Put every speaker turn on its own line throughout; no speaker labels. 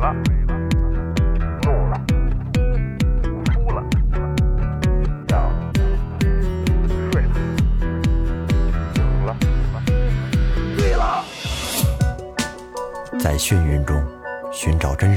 了，怒了，哭了，笑了，睡了，醒了，醉了。
在眩晕中寻找真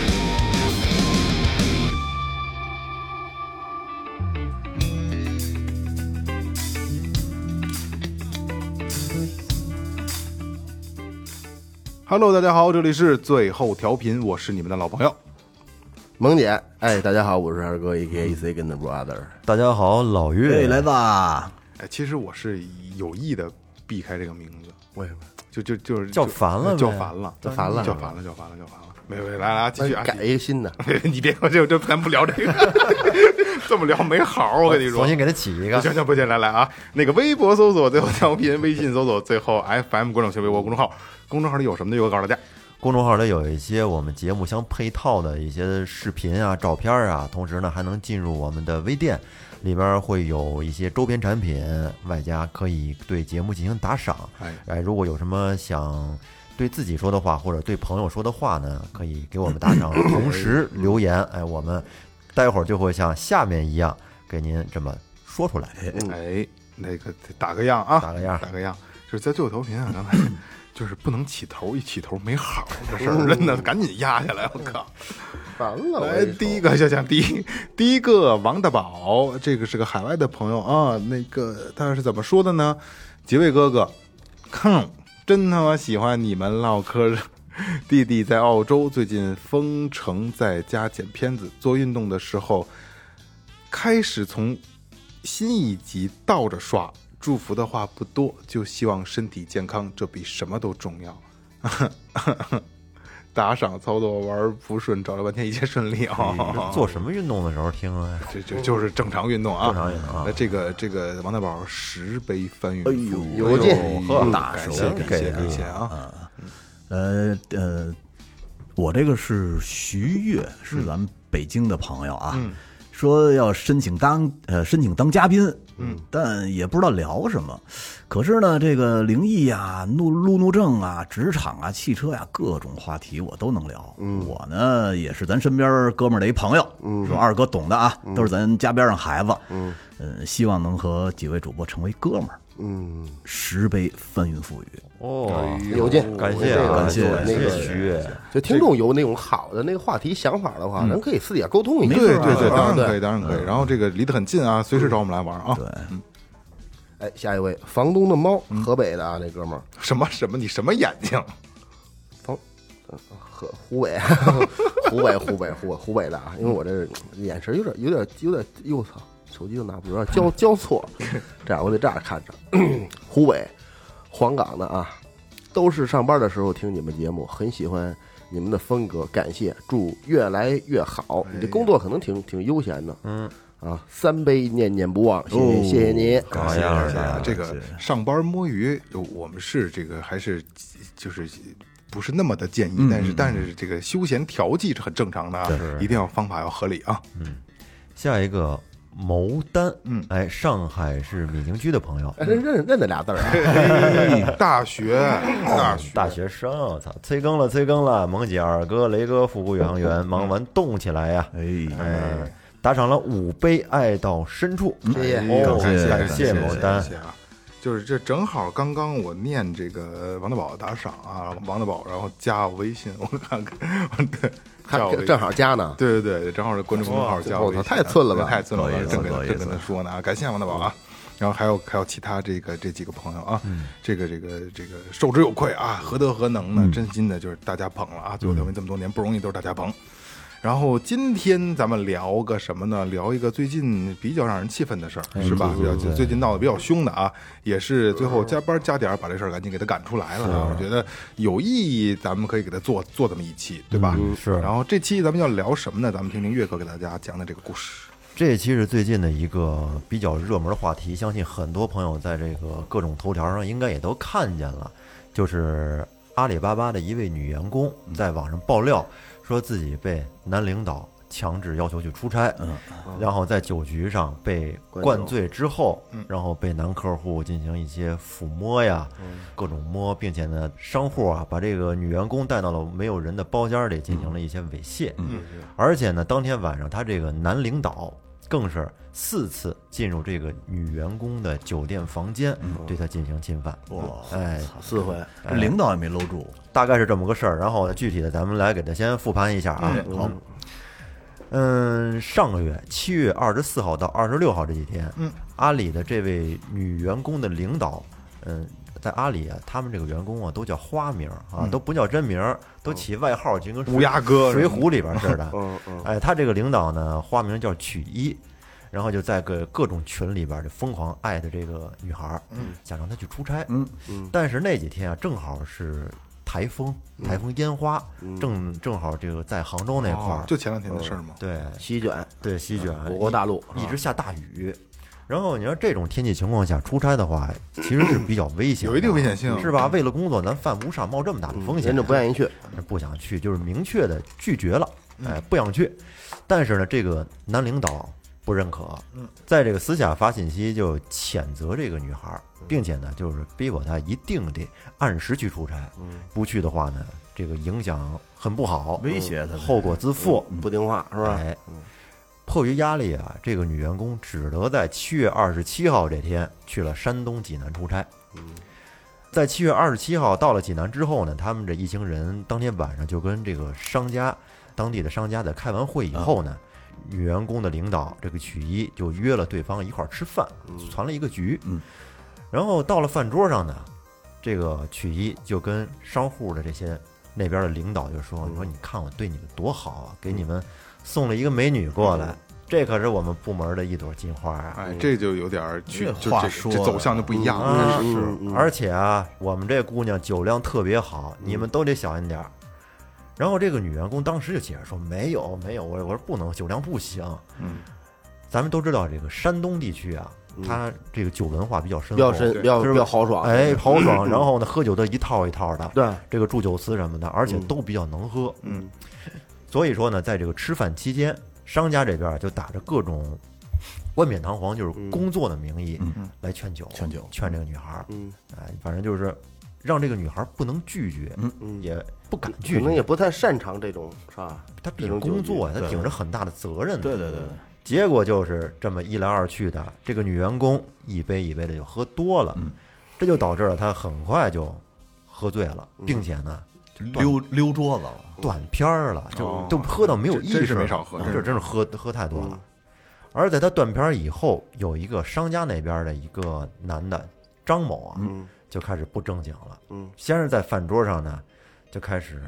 Hello，大家好，这里是最后调频，我是你们的老朋友。
萌姐，哎，大家好，我是二哥 A K A C 跟 the brother，哎
大家好，老
嗯对，
岳，
来吧，
哎，其实我是有意的避开这个名字，
为什么？
就就就是
叫
就
烦了呗
叫烦了，
叫烦了
叫烦了，叫烦了，叫烦了。没有，没有来来，继续啊
哎改！一个新的，
你 别，我这这咱不聊这个， 这么聊没好。我跟你说
重，新给他起一个。
行行，不行，来来啊！那个微博搜索最后调频，微信搜索最后 FM 观众群微博公众号，公众号里有什么就给我告诉大家。
公众号里有一些我们节目相配套的一些视频啊、照片啊，同时呢还能进入我们的微店，里边会有一些周边产品，外加可以对节目进行打赏。
哎，
哎，如果有什么想对自己说的话，或者对朋友说的话呢，可以给我们打赏，同时留 言。哎，我们待会儿就会像下面一样给您这么说出来。
嗯
哎，那个打个样啊，
嗯打个样
打个样，就是在最后调频啊，刚才 就是不能起头，一起头没好这事
哦
儿，真的赶紧压下来，我靠！
完了，
来，哎第一个想想第一第一个王大宝，这个是个海外的朋友啊。那个他是怎么说的呢？几位哥哥，哼，真他妈喜欢你们唠嗑。弟弟在澳洲，最近封城在家剪片子，做运动的时候开始从新一集倒着刷。祝福的话不多，就希望身体健康，这比什么都重要。 打赏操作玩儿不顺，找了半天一切顺利啊、
做什么运动的时候听啊？
这就就是正常运动啊，
正常运动啊
那这个这个王大宝十杯翻运，
哎呦有劲
大
大
手
手
感谢
给
感谢啊！
呃呃，我这个是徐悦，是咱们北京的朋友啊，说要申请当呃申请当嘉宾，嗯，但也不知道聊什么。可是呢，这个灵异呀、路路怒症啊、职场啊、汽车呀、各种话题我都能聊。我呢也是咱身边哥们儿的一朋友，说二哥懂的啊，都是咱家边上孩子，嗯、呃，希望能和几位主播成为哥们儿，
嗯，
十杯翻云覆雨。
哦，
有劲，
感谢啊，
感谢
感
那
谢啊
个
徐悦。
就听众有那种好的那个话题想法的话，咱可以私底下沟通一下，
对对对，
嗯啊
当然可以，
对。
当然可以。然后这个离得很近啊，随时找我们来玩啊。
对，
哎，下一位，房东的猫，河北的啊，那哥们儿，
什么什么？你什么眼睛？
房，呃河湖北，湖北，湖北，湖北，湖北的啊，因为我这眼神有点，有点，有点，哟操，手机都拿不住，有点交交错，这样我得这样看着。湖北，黄冈的啊，都是上班的时候听你们节目，很喜欢你们的风格，感谢，祝越来越好。你这工作可能挺挺悠闲的，嗯，啊，三杯念念不忘，谢谢谢谢您，
好样儿
是
哎
啊
的，
这个上班摸鱼，有我们是这个还是就是不是那么的建议，但是但是这个休闲调剂是很正常的啊，一定要方法要合理啊。
下一个牟丹，嗯，哎，上海市闵行区的朋友，
哎认认认得俩字儿啊，
大学，大学，
大学生，我操，催更了，催更了，萌姐、二哥、雷哥、复古宇航
嗯
员，忙完动起来呀！
哎，
哎，打赏了五杯，爱到深处，
谢谢
哦，
嗯感谢
感
感谢
某
感
丹，
谢啊！就是这正好刚刚我念这个王大宝打赏啊，王大宝然后加我微信，我看看，对，
还
加我微信
正好加呢，
对对对，正好是关注公众号加我微信，
我操太寸了吧
太寸了吧
不好意，思
正跟
不好意思
正跟他说呢啊，感谢王大宝啊。然后还有还有其他这个这几个朋友啊，这个这个这个受之有愧啊，何德何能呢？真心的就是大家捧了啊，最后调频这么多年不容易，都是大家捧。然后今天咱们聊个什么呢？聊一个最近比较让人气愤的事儿，是吧？比较最近闹得比较凶的啊，也是最后加班加点儿把这事儿赶紧给它赶出来了啊。我觉得有意义，咱们可以给它做做这么一期，对吧？
嗯是
然后这期咱们要聊什么呢？咱们听听岳哥给大家讲的这个故事。
这期是最近的一个比较热门的话题，相信很多朋友在这个各种头条上应该也都看见了，就是阿里巴巴的一位女员工在网上爆料，说自己被男领导强制要求去出差，然后在酒局上被灌醉之后，然后被男客户进行一些抚摸呀，各种摸，并且呢，商户啊把这个女员工带到了没有人的包间里进行了一些猥亵，而且呢，当天晚上他这个男领导。更是四次进入这个女员工的酒店房间，对她进行侵犯。
哇
哎，
四回，
这领导也没搂住，
大概是这么个事儿。然后呢，具体的咱们来给它先复盘一下啊。好，嗯，上个月七月二十四号到二十六号这几天，嗯，阿里的这位女员工的领导，嗯。在阿里啊，他们这个员工啊，都叫花名啊，都不叫真名，都起外号，就跟
乌鸦哥
水浒里边似的。
嗯嗯，
哎，他这个领导呢，花名叫曲一，然后就在各各种群里边儿就疯狂艾特这个女孩，嗯，想让她去出差，嗯嗯，但是那几天啊，正好是台风，
嗯
台风烟花，正正好这个在杭州那块儿，
就前两天的事儿嘛。
对
席卷
对席卷，
哦我国大陆嗯
一直下大雨。然后你说这种天气情况下出差的话，其实是比较危险的，
有一定危险性
是吧？为了工作，咱犯不上冒这么大的风险，
嗯人就不愿意去，
不想去，就是明确的拒绝了，
嗯
哎，不想去。但是呢，这个男领导不认可，
嗯
在这个私下发信息就谴责这个女孩儿，
嗯
并且呢，就是逼迫她一定得按时去出差，不去的话呢，这个影响很不好，
嗯威胁她呗嗯
后果自负，
不听话是吧？嗯
哎，迫于压力啊，这个女员工只得在七月二十七号这天去了山东济南出差。
嗯
在七月二十七号到了济南之后呢，他们这一行人当天晚上就跟这个商家、当地的商家在开完会以后呢，女员工的领导这个曲一就约了对方一块儿吃饭，攒了一个局。
嗯，
然后到了饭桌上呢，这个曲一就跟商户的这些那边的领导就
嗯
说：“你说你看我对你们多好啊，给你们送了一个美女过
嗯
来，这可是我们部门的一朵金花啊！
哎，这就有点儿去，
这
就
话
这
说
这
的
走向就不一样
啊
了。
嗯
是，
嗯
而且啊，我们这姑娘酒量特别好，你们都得小心点儿。”然后这个女员工当时就解释说：“没有，没有，我我说不能，酒量不行。”
嗯，
咱们都知道这个山东地区啊，它这个酒文化比较深
嗯比
厚，
较深，比嗯较
是吧
比较豪爽，
哎，豪爽。然后呢，喝酒都一套一套的，
对，
这个祝酒词什么的，而且都比较能喝。
嗯，
所以说呢，在这个吃饭期间，商家这边儿就打着各种冠冕堂皇，就是工作的名义来劝酒，
劝酒
劝这个女孩儿。
嗯，
哎，反正就是让这个女孩儿不能拒绝，嗯，也不敢拒
可能也
绝。
不太擅长这种，是吧？
她
这
毕竟
种
工
酒
作呀，她顶着很大的责任的。
对对对对，
结果就是这么一来二去的，这个女员工一杯一杯的就喝多了，这就导致了她很快就喝醉了，并且呢
溜溜桌子了，
断片儿了，就
哦
就喝到没有
这
意
真
识
是嗯
了，
没少喝
这真是喝喝太
嗯
多了。而在她断片儿以后，有一个商家那边的一个男的张某啊，
嗯
就开始不正经了，
嗯
先是在饭桌上呢，就开始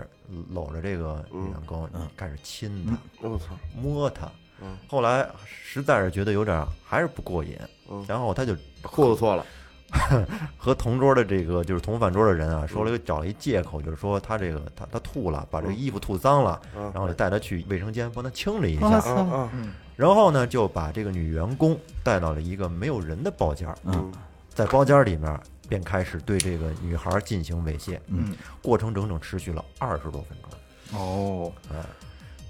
搂着这个
嗯
女员工，开始亲她。
我操，
摸她，
嗯
后来实在是觉得有点儿还是不过瘾，
嗯
然后他就
裤子错了，
和同桌的这个就是同饭桌的人啊，
嗯
说了一个找了一借口，就是说他这个他他吐了，把这个衣服吐脏了，
嗯
然后就带他去卫生间帮他清理一下，
啊
嗯然后呢就把这个女员工带到了一个没有人的包间，嗯，在包间里面便开始对这个女孩进行猥亵，嗯，过程整整持续了二十多分钟。
哦，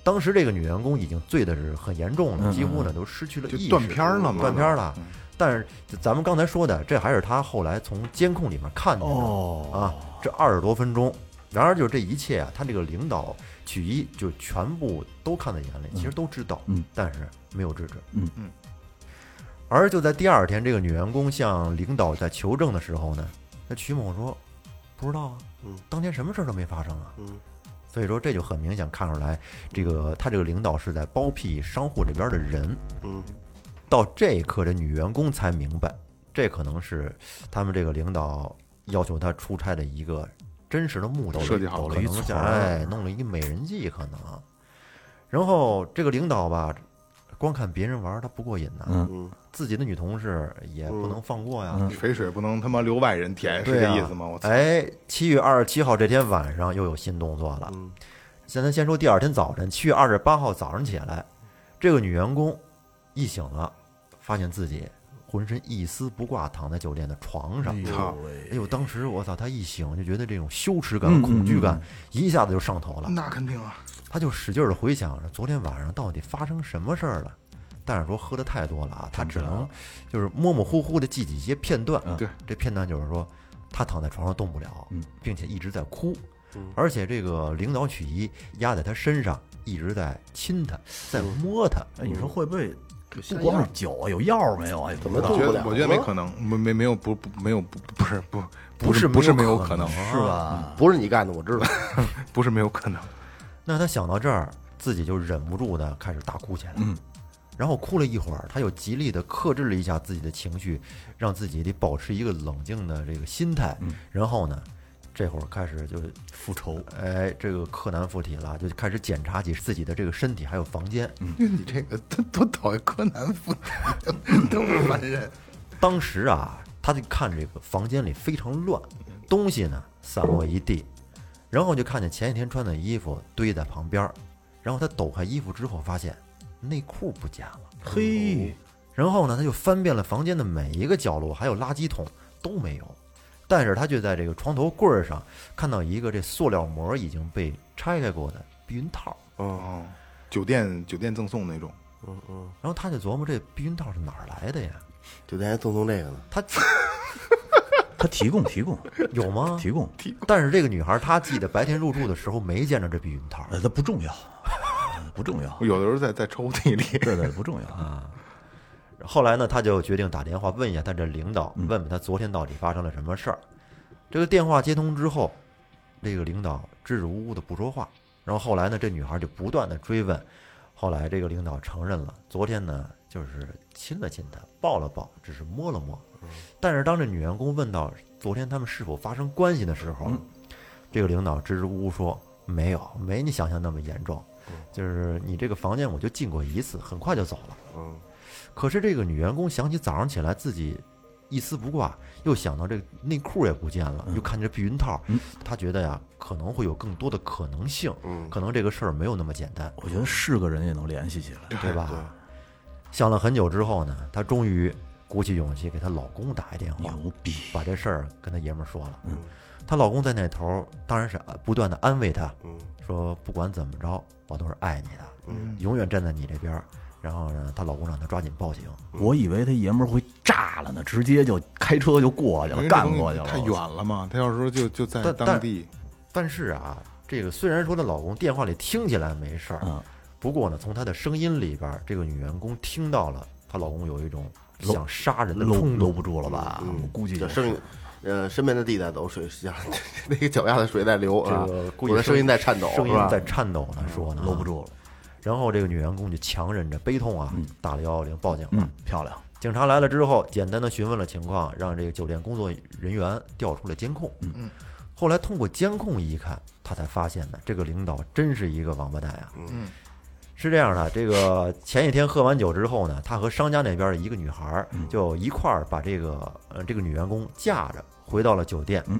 当时这个女员工已经醉的是很严重了，几乎呢都失去了
嗯就
意识，
断片儿了嘛嗯
断片儿了。但是咱们刚才说的，这还是她后来从监控里面看见的、
哦
啊，这二十多分钟。然而，就这一切啊，他这个领导曲一就全部都看在眼里，其实都知道，
嗯
但是没有制止，
嗯
嗯。而就在第二天，这个女员工向领导在求证的时候呢，那曲某说不知道啊，
嗯，
当天什么事儿都没发生啊，
嗯，
所以说这就很明显看出来，这个他这个领导是在包庇商户这边的人。
嗯，
到这一刻，这女员工才明白，这可能是他们这个领导要求她出差的一个真实的目的，
设计好
了
了
可
一
能
词
想
儿
哎弄了一个美人计可能。然后这个领导吧，光看别人玩儿他不过瘾呐、
嗯
自己的女同事也不能放过呀。
肥水不能他妈留外人田，是
对
这
啊
意思吗？我操！
哎，七月二十七号这天晚上又有新动作了。
嗯
现在先说第二天早晨，七月二十八号早上起来，这个女员工一醒了，发现自己浑身一丝不挂，躺在酒店的床上。
操
哎呦，当时我操，他一醒就觉得这种羞耻
嗯
感、恐惧感一下子就上头了。
那肯定啊，
他就使劲的回想着昨天晚上到底发生什么事儿了。但是说喝的太多了啊，他只能就是模模糊糊的记起一些片段。啊
对，
这片段就是说，他躺在床上动不了，并且一直在哭，而且这个领导曲仪压在他身上，一直在亲他，在摸他。
哎，你说会不会不光是酒啊，有药没有啊？怎
么
我
动
觉
不了
得
了
我觉得没可能，没没没有不不没有不不是不
不是
不是没
没有
有
可
可能
能，
是吧？
不是你干的，我知道。
不是没有可能，
那他想到这儿，自己就忍不住的开始大哭起来。嗯，然后哭了一会儿，他又极力的克制了一下自己的情绪，让自己得保持一个冷静的这个心态。然后呢，这会儿开始就
复仇，
哎，这个柯南附体了，就开始检查起自己的这个身体还有房间。
因为你这个多多讨厌柯南夫，多烦人。
当时啊，他就看这个房间里非常乱，东西呢散落一地，然后就看见前一天穿的衣服堆在旁边儿，然后他抖开衣服之后发现内裤不见了。
嘿，
然后呢，他就翻遍了房间的每一个角落，还有垃圾桶都没有。但是他却在这个床头柜儿上看到一个这塑料膜已经被拆开过的避孕套，
哦，酒店酒店赠送那种，
然后他就琢磨这避孕套是哪儿来的呀？
酒店还赠送这个呢，
他
他提供提供
有 吗？
提供，
但是这个女孩她记得白天入住的时候没见着这避孕套，
呃，他不重要，呃不重要，
有的时候在在抽屉里。
对对，不重要啊。
后来呢，他就决定打电话问一下他这领导，问问他昨天到底发生了什么事儿。这个电话接通之后，这个领导支支吾吾的不说话。然后后来呢，这女孩就不断的追问。后来这个领导承认了，昨天呢就是亲了亲他，抱了抱，只是摸了摸。但是当这女员工问到昨天他们是否发生关系的时候，这个领导支支吾吾说没有，没你想象那么严重，就是你这个房间我就进过一次，很快就走了。
嗯，
可是这个女员工想起早上起来自己一丝不挂，又想到这个内裤也不见了，又看这避孕套，她觉得呀可能会有更多的可能性，
嗯
可能这个事儿没有那么简单，
我觉得是个人也能联系起
哎
来，
对吧？想了很久之后呢，她终于鼓起勇气给她老公打一电话，
牛逼！
把这事儿跟她爷们儿说了。她老公在那头儿当然是不断的安慰她，
嗯
说不管怎么着，我都是爱你的，永远站在你这边儿。然后呢，她老公让她抓紧报警。
我以为他爷们儿会炸了呢，直接就开车就过去
因为
了，
这
干
东西
过去了。
太远了嘛，他要是说就就在
但
当地，
但是啊，这个虽然说她老公电话里听起来没事儿，
嗯
不过呢，从她的声音里边儿，这个女员工听到了她老公有一种想杀人的
搂
冲
搂
动。
不住了吧？我估计
这
就是
声音，嗯呃，身边的地在抖 水，像那个脚丫子水在流
这
啊
个，估计
我的声音在颤抖，
声音
是吧
在颤抖呢，说呢
嗯搂不。住了，
然后这个女员工就强忍着悲痛啊，打了幺幺零报警了
嗯。，漂亮，
警察来了之后，简单的询问了情况，让这个酒店工作人员调出了监控。嗯，后来通过监控一看，他才发现呢，这个领导真是一个王八蛋啊。
嗯，
是这样的，这个前几天喝完酒之后呢，他和商家那边的一个女孩儿就一块儿把这个呃这个女员工架着回到了酒店。
嗯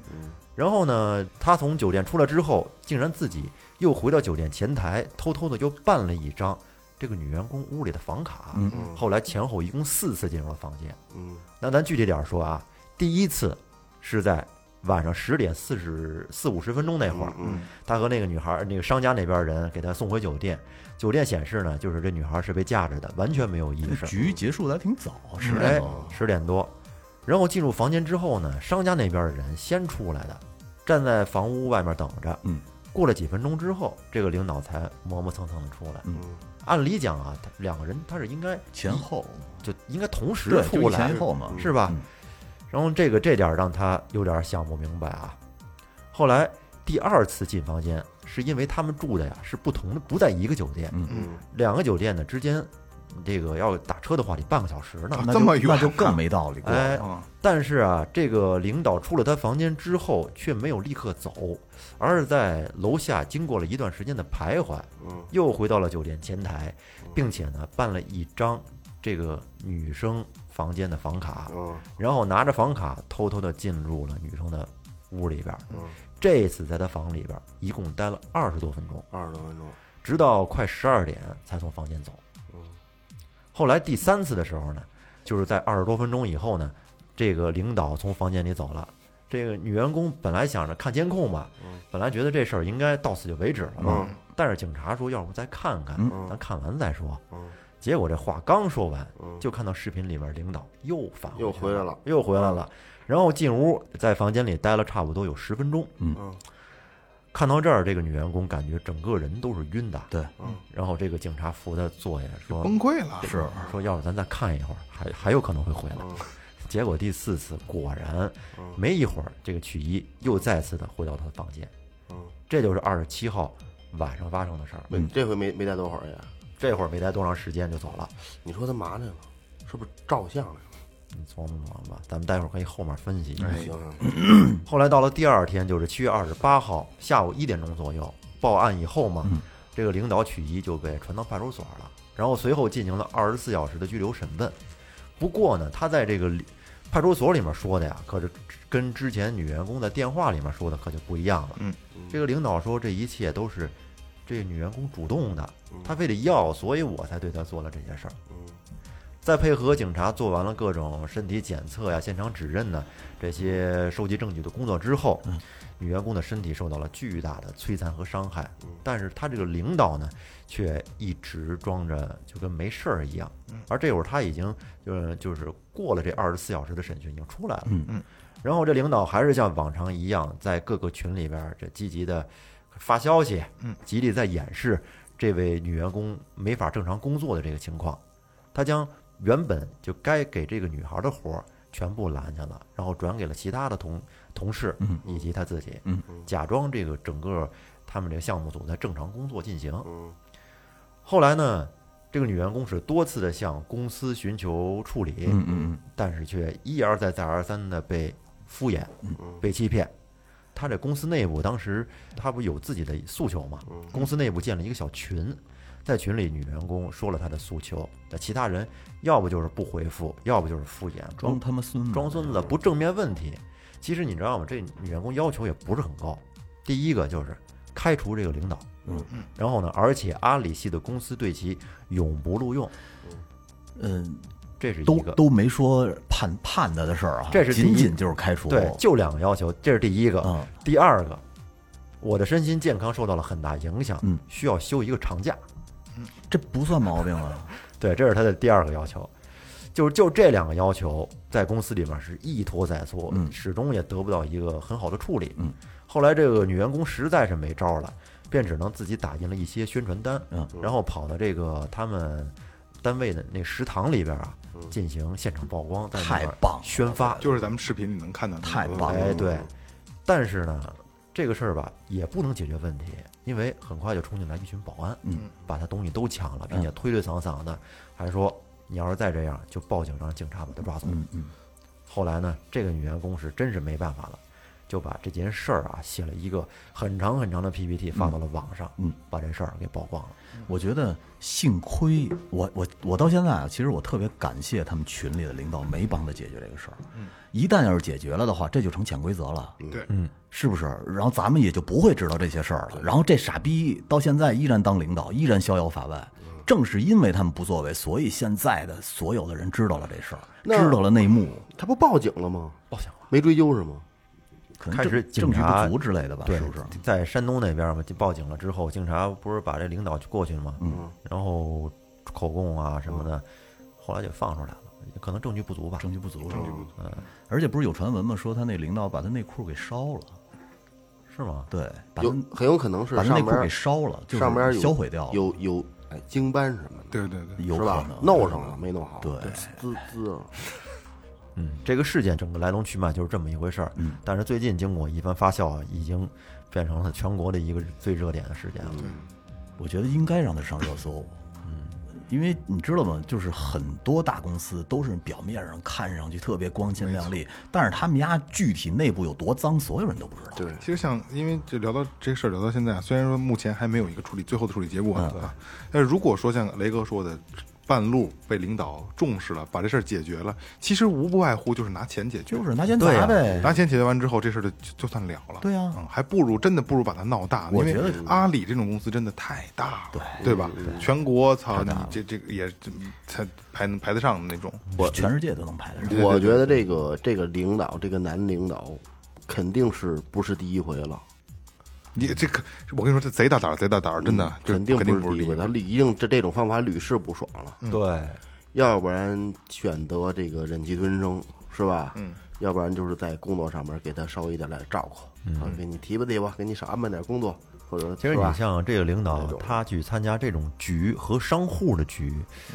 然后呢，他从酒店出来之后，竟然自己又回到酒店前台，偷偷的又办了一张这个女员工屋里的房卡。
嗯
后来前后一共四次进入了房间。
嗯
那咱具体点儿说啊，第一次是在晚上十点四十四五十分钟那会儿，
嗯
他和那个女孩儿，那个商家那边儿人给他送回酒店。酒店显示呢，就是这女孩儿是被架着的，完全没有意
这
识。
局结束的还挺早，是
哎，十点多，然后进入房间之后呢，商家那边的人先出来的，站在房屋外面等着。
嗯，
过了几分钟之后，这个领导才磨磨蹭蹭的出来。
嗯
按理讲啊，他两个人他是应该
前后
就应该同时
对，
出
就
来
前，后嘛，
是吧？
嗯
然后这个这点儿让他有点想不明白啊。后来第二次进房间，是因为他们住的呀是不同的，不在一个酒店，
嗯
嗯
两个酒店呢之间，这个要打车的话得半个小时呢。
那就
这么远
那就更没道理了。
哎，
啊，
但是啊，这个领导出了他房间之后，却没有立刻走，而是在楼下经过了一段时间的徘徊，
嗯，
又回到了酒店前台，并且呢办了一张这个女生房间的房卡，
嗯
然后拿着房卡偷偷的进入了女生的屋里边。
嗯
这一次在她房里边一共待了二十多分钟，
二十多分钟，嗯
直到快十二点才从房间走。后来第三次的时候呢，就是在二十多分钟以后呢，这个领导从房间里走了。这个女员工本来想着看监控吧，
嗯
本来觉得这事儿应该到此就为止了嘛。但是警察说，要不再看看，
嗯
咱看完再说。结果这话刚说完，就看到视频里面领导又返
嗯又
去
回来了，嗯
又回来了。然后进屋，在房间里待了差不多有十分钟。
嗯
嗯
看到这儿，这个女员工感觉整个人都是晕的。
对，
然后这个警察扶她坐下，
嗯
说
崩溃了，
是说要是咱再看一会儿，还还有可能会回来。结果第四次果然，没一会儿，这个曲一又再次的回到他的房间。这就是二十七号晚上发生的事儿。
没这回没没待多会儿也，
这会儿没待多长时间就走了。
你说他嘛来了？是不是照相来了？
你琢磨琢磨吧，咱们待会儿可以后面分析。
行，
后来到了第二天，就是七月二十八号下午一点钟左右，报案以后嘛，这个领导曲一就被传到派出所了，然后随后进行了二十四小时的拘留审问。不过呢，他在这个里派出所里面说的呀，可是跟之前女员工在电话里面说的可就不一样了。
嗯，
这个领导说这一切都是这女员工主动的，她非得要，所以我才对她做了这些事儿。
嗯
再配合警察做完了各种身体检测呀、现场指认呢这些收集证据的工作之后，女员工的身体受到了巨大的摧残和伤害，但是她这个领导呢，却一直装着就跟没事儿一样。而这会儿他已经就是就是过了这二十四小时的审讯，已经出来了。嗯嗯。然后这领导还是像往常一样，在各个群里边儿这积极的发消息，嗯，极力在掩饰这位女员工没法正常工作的这个情况。他将原本就该给这个女孩的活儿全部拦下了，然后转给了其他的同同事以及他自己，假装这个整个他们这个项目组在正常工作进行。
嗯
后来呢，这个女员工是多次的向公司寻求处理，
嗯嗯
但是却一而再再而三的被敷衍、被欺骗。他这公司内部当时他不有自己的诉求嘛？
嗯
公司内部建了一个小群，在群里女员工说了她的诉求，那其他人要不就是不回复，要不就是敷衍，
嗯，装他妈孙子，
装孙子不正面问题。其实你知道吗？这女员工要求也不是很高。第一个就是开除这个领导，
嗯，
然后呢，而且阿里系的公司对其永不录用，
嗯，
这是一
都
个。
都没说判判他的事儿啊，
这是第一
仅仅就是开除，
对，就两个要求，这是第一个。
嗯
第二个，我的身心健康受到了很大影响，
嗯
需要休一个长假。
这不算毛病啊，
对，这是他的第二个要求。就是就这两个要求，在公司里面是一拖再拖，
嗯
始终也得不到一个很好的处理。
嗯，
后来这个女员工实在是没招了，便只能自己打印了一些宣传单，
嗯，
然后跑到这个他们单位的那食堂里边啊，进行现场曝光，在那
太
儿
棒了
宣发，
就是咱们视频里能看到的，
太棒了
哎，对，但是呢，这个事儿吧也不能解决问题，因为很快就冲进来一群保安，
嗯，
把他东西都抢了，并且推推搡搡的，还说你要是再这样，就报警让警察把他抓走。
嗯嗯，
后来呢，这个女员工是真是没办法了，就把这件事儿啊写了一个很长很长的 PPT 发到了网上，
嗯，
把这事儿给曝光了。
我觉得幸亏我我我到现在啊，其实我特别感谢他们群里的领导没帮他解决这个事儿。
嗯
一旦要是解决了的话，这就成潜规则了，
对，
是不是？然后咱们也就不会知道这些事儿了。然后这傻逼到现在依然当领导，依然逍遥法外。
嗯
正是因为他们不作为，所以现在的所有的人知道了这事儿，
那
知道了内幕，
他不报警了吗？
报警了，
没追究是吗？
可能
开始警
政政治
察
不足之类的吧，
对，
是不是？
在山东那边嘛，就报警了之后，警察不是把这领导就过去了吗？嗯，然后口供啊什么的，后来就放出来了，可能证据不足吧。
嗯证据不足，证据不足。嗯，而且不是有传闻吗？说他那领导把他内裤给烧了，
是吗？
对，把
有
他
很有可能是
把他内
上
裤
边
给烧了，就是
上边有
销毁掉了，
有有哎经斑什么的，
对对对，
有
是
可
吧
能？
弄上了没弄好？
对
滋滋啊 了。
嗯，这个事件整个来龙去脉就是这么一回事儿。嗯，但是最近经过一番发酵，已经变成了全国的一个最热点的事件了。
我觉得应该让他上热搜。嗯，因为你知道吗？就是很多大公司都是表面上看上去特别光鲜亮丽，但是他们家具体内部有多脏，所有人都不知道。
对
其实像，因为就聊到这事儿，聊
嗯
到现在，虽然说目前还没有一个处理最后的处理结果啊，但是如果说像雷哥说的，半路被领导重视了，把这事儿解决了。其实无不外乎就是拿钱解决，啊
就是拿钱
对啊
砸
呀
呗。
拿钱解决完之后，这事儿就就就算了了。
对啊呀
嗯，还不如真的不如把它闹大，因
我
为
觉得
阿里这种公司真的太大了，对吧？全国操，你这这个也这才排能排得上的那种。
我全世界都能排得上。
我觉得这个这个领导，这个男领导，肯定是不是第一回了，
你这个，我跟你说，这贼大胆儿，贼大胆儿，真的，这
嗯肯定
肯
不
定
是
不
第一回，
回
他已经这这种方法屡试不爽了，
对，
要不然选择这个忍气吞声，是吧？嗯，要不然就是在工作上面给他稍微一点点照顾，啊，给你提拔提拔，给你少安排点工作，或者
其实
是
你
吧
像这个领导，他去参加这种局和商户的局，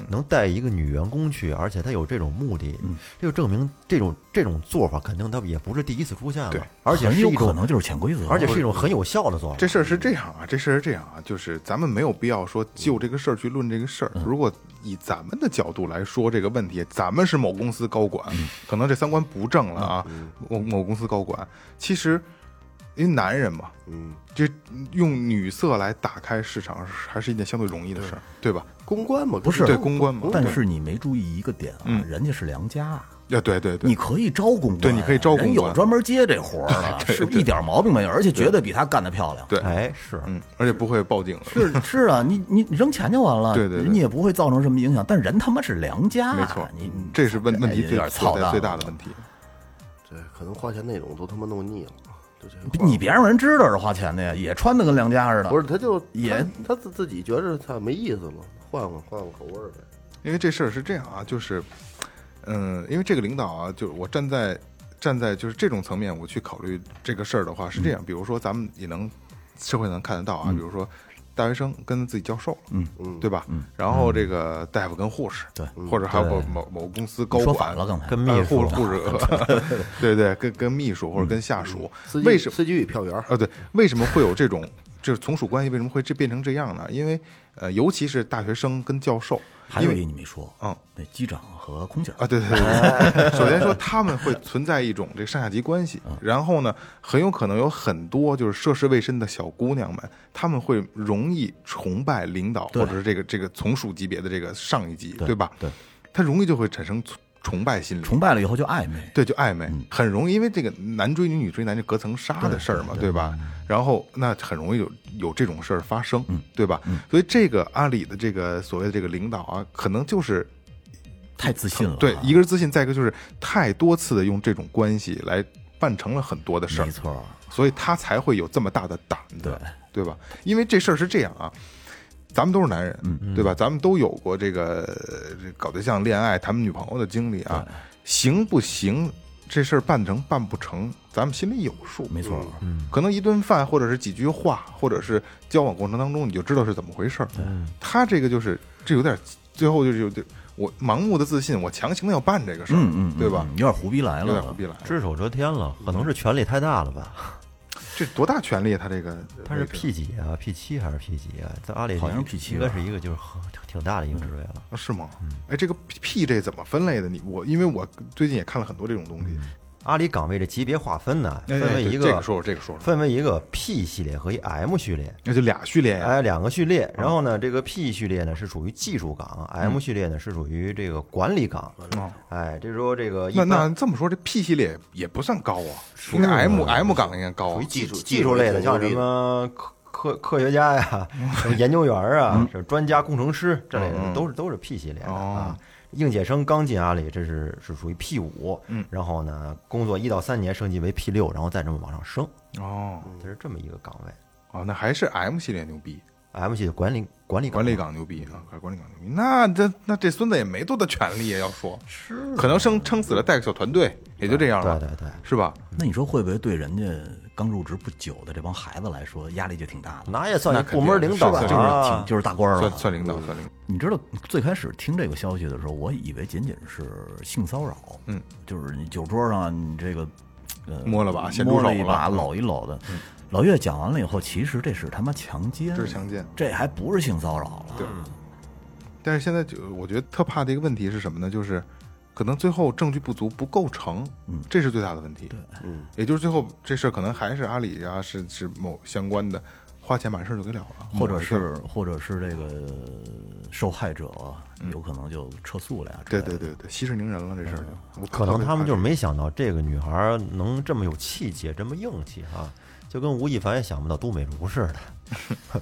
能带一个女员工去，而且他有这种目的，这就证明这种这种做法肯定他也不是第一次出现
对
了，而且
很
是
有
一
可
种
能就是潜规则，
而且是一种很有效的做法。
这事儿是这样啊，这事儿是这样啊，就是咱们没有必要说就这个事儿去论这个事
嗯
儿。如果以咱们的角度来说这个问题，咱们是某公司高管，
嗯
可能这三观不正了啊。某某公司高管，其实因为男人嘛，
嗯，
这用女色来打开市场是还是一件相对容易的事儿，对吧？
公关嘛，
不是
对公关嘛，
嗯但是你没注意一个点啊，
嗯
人家是良家，
对对对对
你，可以招公关，
对你可以招公关
人有专门接这活儿 的，是一点毛病没有，而且绝对比他干得漂亮。
对
哎，是
嗯，而且不会报警了，
是 是啊，你你你扔钱就完了，
对对对
人家也不会造成什么影响。但人他妈是良家，
没错
啊你你，
这是问问题
有
最
点操蛋了
最大的问题。
对，可能花钱那种都他妈弄腻了，就这个
你别让人知道是花钱的呀，也穿的跟良家似的。
不是，他就
也
他他自自己觉着他没意思了，换换换换口味儿呗。
因为这事儿是这样啊，就是，嗯，因为这个领导啊，就是我站在站在就是这种层面，我去考虑这个事儿的话是这
嗯
样，比如说咱们也能社会能看得到啊，比如说大学生跟自己教授了，嗯嗯，对吧？然后这个大夫跟护士，嗯
对
或者还有某
对
某某公司高
你
管
说反了，嗯刚才
跟
呃
秘书
护护士， 对对，跟跟秘书或者跟下属，
司机
为什么？
司机与票员儿？
啊，对，为什么会有这种就是从属关系？为什么会这变成这样呢？因为呃，尤其是大学生跟教授，
还有一个你没说，
嗯，
那机长和空姐儿
啊，对对对，首先说他们会存在一种这上下级关系，然后呢，很有可能有很多就是涉世未深的小姑娘们，她们会容易崇拜领导
对
或者是这个这个从属级别的这个上一级，对吧？
对，
她容易就会产生崇崇拜心理，
崇拜了以后就暧昧，
对，就暧昧，很容易，因为这个男追女，女追男，这隔层纱的事儿嘛，对嗯吧？然后那很容易有有这种事儿发生，对吧？所以这个阿里的这个所谓的这个领导啊，可能就是
太自信了。啊
对，一个是自信，再一个就是太多次的用这种关系来办成了很多的事儿
没，错儿，
所以他才会有这么大的胆子，
对
对吧？因为这事儿是这样啊，咱们都是男人，
嗯
对吧？咱们都有过这个呃这搞对象、恋爱、谈女朋友的经历啊，行不行？这事儿办成办不成，咱们心里有数。
没错儿，嗯
可能一顿饭，或者是几句话，或者是交往过程当中，你就知道是怎么回事儿。他这个就是，这有点最后就是有点我盲目的自信，我强行的要办这个事儿，
嗯嗯，嗯
对吧
嗯？有点胡逼来
有点
了
胡，逼来了，
只手遮天了，可能是权力太大了吧？
这多大权力啊？他这个
他是
位置
P 几啊？P 七还是 P 几啊？在阿里
好像是 P7
应该是一个就是很挺大的一个职位了。
啊是吗？
嗯
哎，这个 P 这怎么分类的？你我因为我最近也看了很多这种东
嗯
西，
阿里岗位这级别划分呢，
哎
分
哎
为
对
一
这个说说这个说说，
分为一个 P 系列和一 M 序列。
那就俩序列呀。
哎，两个序列，然后呢，这个 P 序列呢是属于技术岗，M 序列呢是属于这个管理岗。哎，这时候这个一
那
般
那这么说，这 P 系列也不算高啊，应该 M M 岗应该高
属
啊
于。技术
技术
技术类的，
技术
像什么科科科学家呀、
嗯
什么研究员啊、什么专家、工程师这类的，都是都是 P 系列的啊。应届生刚进阿里，这是是属于 P 五，然后呢，工作一到三年升级为 P 六，然后再这么往上升，
哦
它是这么一个岗位。
哦，那还是 M 系列牛逼，
M 系的管理管理
管理岗牛逼啊，管理岗牛逼。那这那这孙子也没多大权利啊，要说是可能撑撑死了带个小团队，也就这样
对
了，
对对，
是吧？
那你说会不会对人家刚入职不久的这帮孩子来说压力就挺大的？
那也算
那
一
肯定
部门领导
是吧
就是挺
啊。
就是大官儿
嗯算
了。
算领导，算领导。
你知道最开始听这个消息的时候，我以为仅仅是性骚扰，
嗯，
就是你酒桌上你这个呃
摸了把咸猪
摸
手
了一把，
了嗯
搂一搂的。老岳讲完了以后，其实这是他妈强奸，
这是强奸
这还不是性骚扰了。
对但是现在就我觉得特怕的一个问题是什么呢？就是可能最后证据不足，不构成，嗯，这是最大的问题。对，嗯，也就是最后这事儿可能还是阿里啊，是是某相关的，花钱把事儿就给了了，
或者
抹嗯事儿
是或者是这个受害者
嗯
有可能就撤诉了呀之
对
类的。
对对对，息事宁人了这事儿就，
嗯
我
可能他们就是
特别
没想到这个女孩儿能这么有气节，这么硬气啊，就跟吴亦凡也想不到杜美竹似的。
怕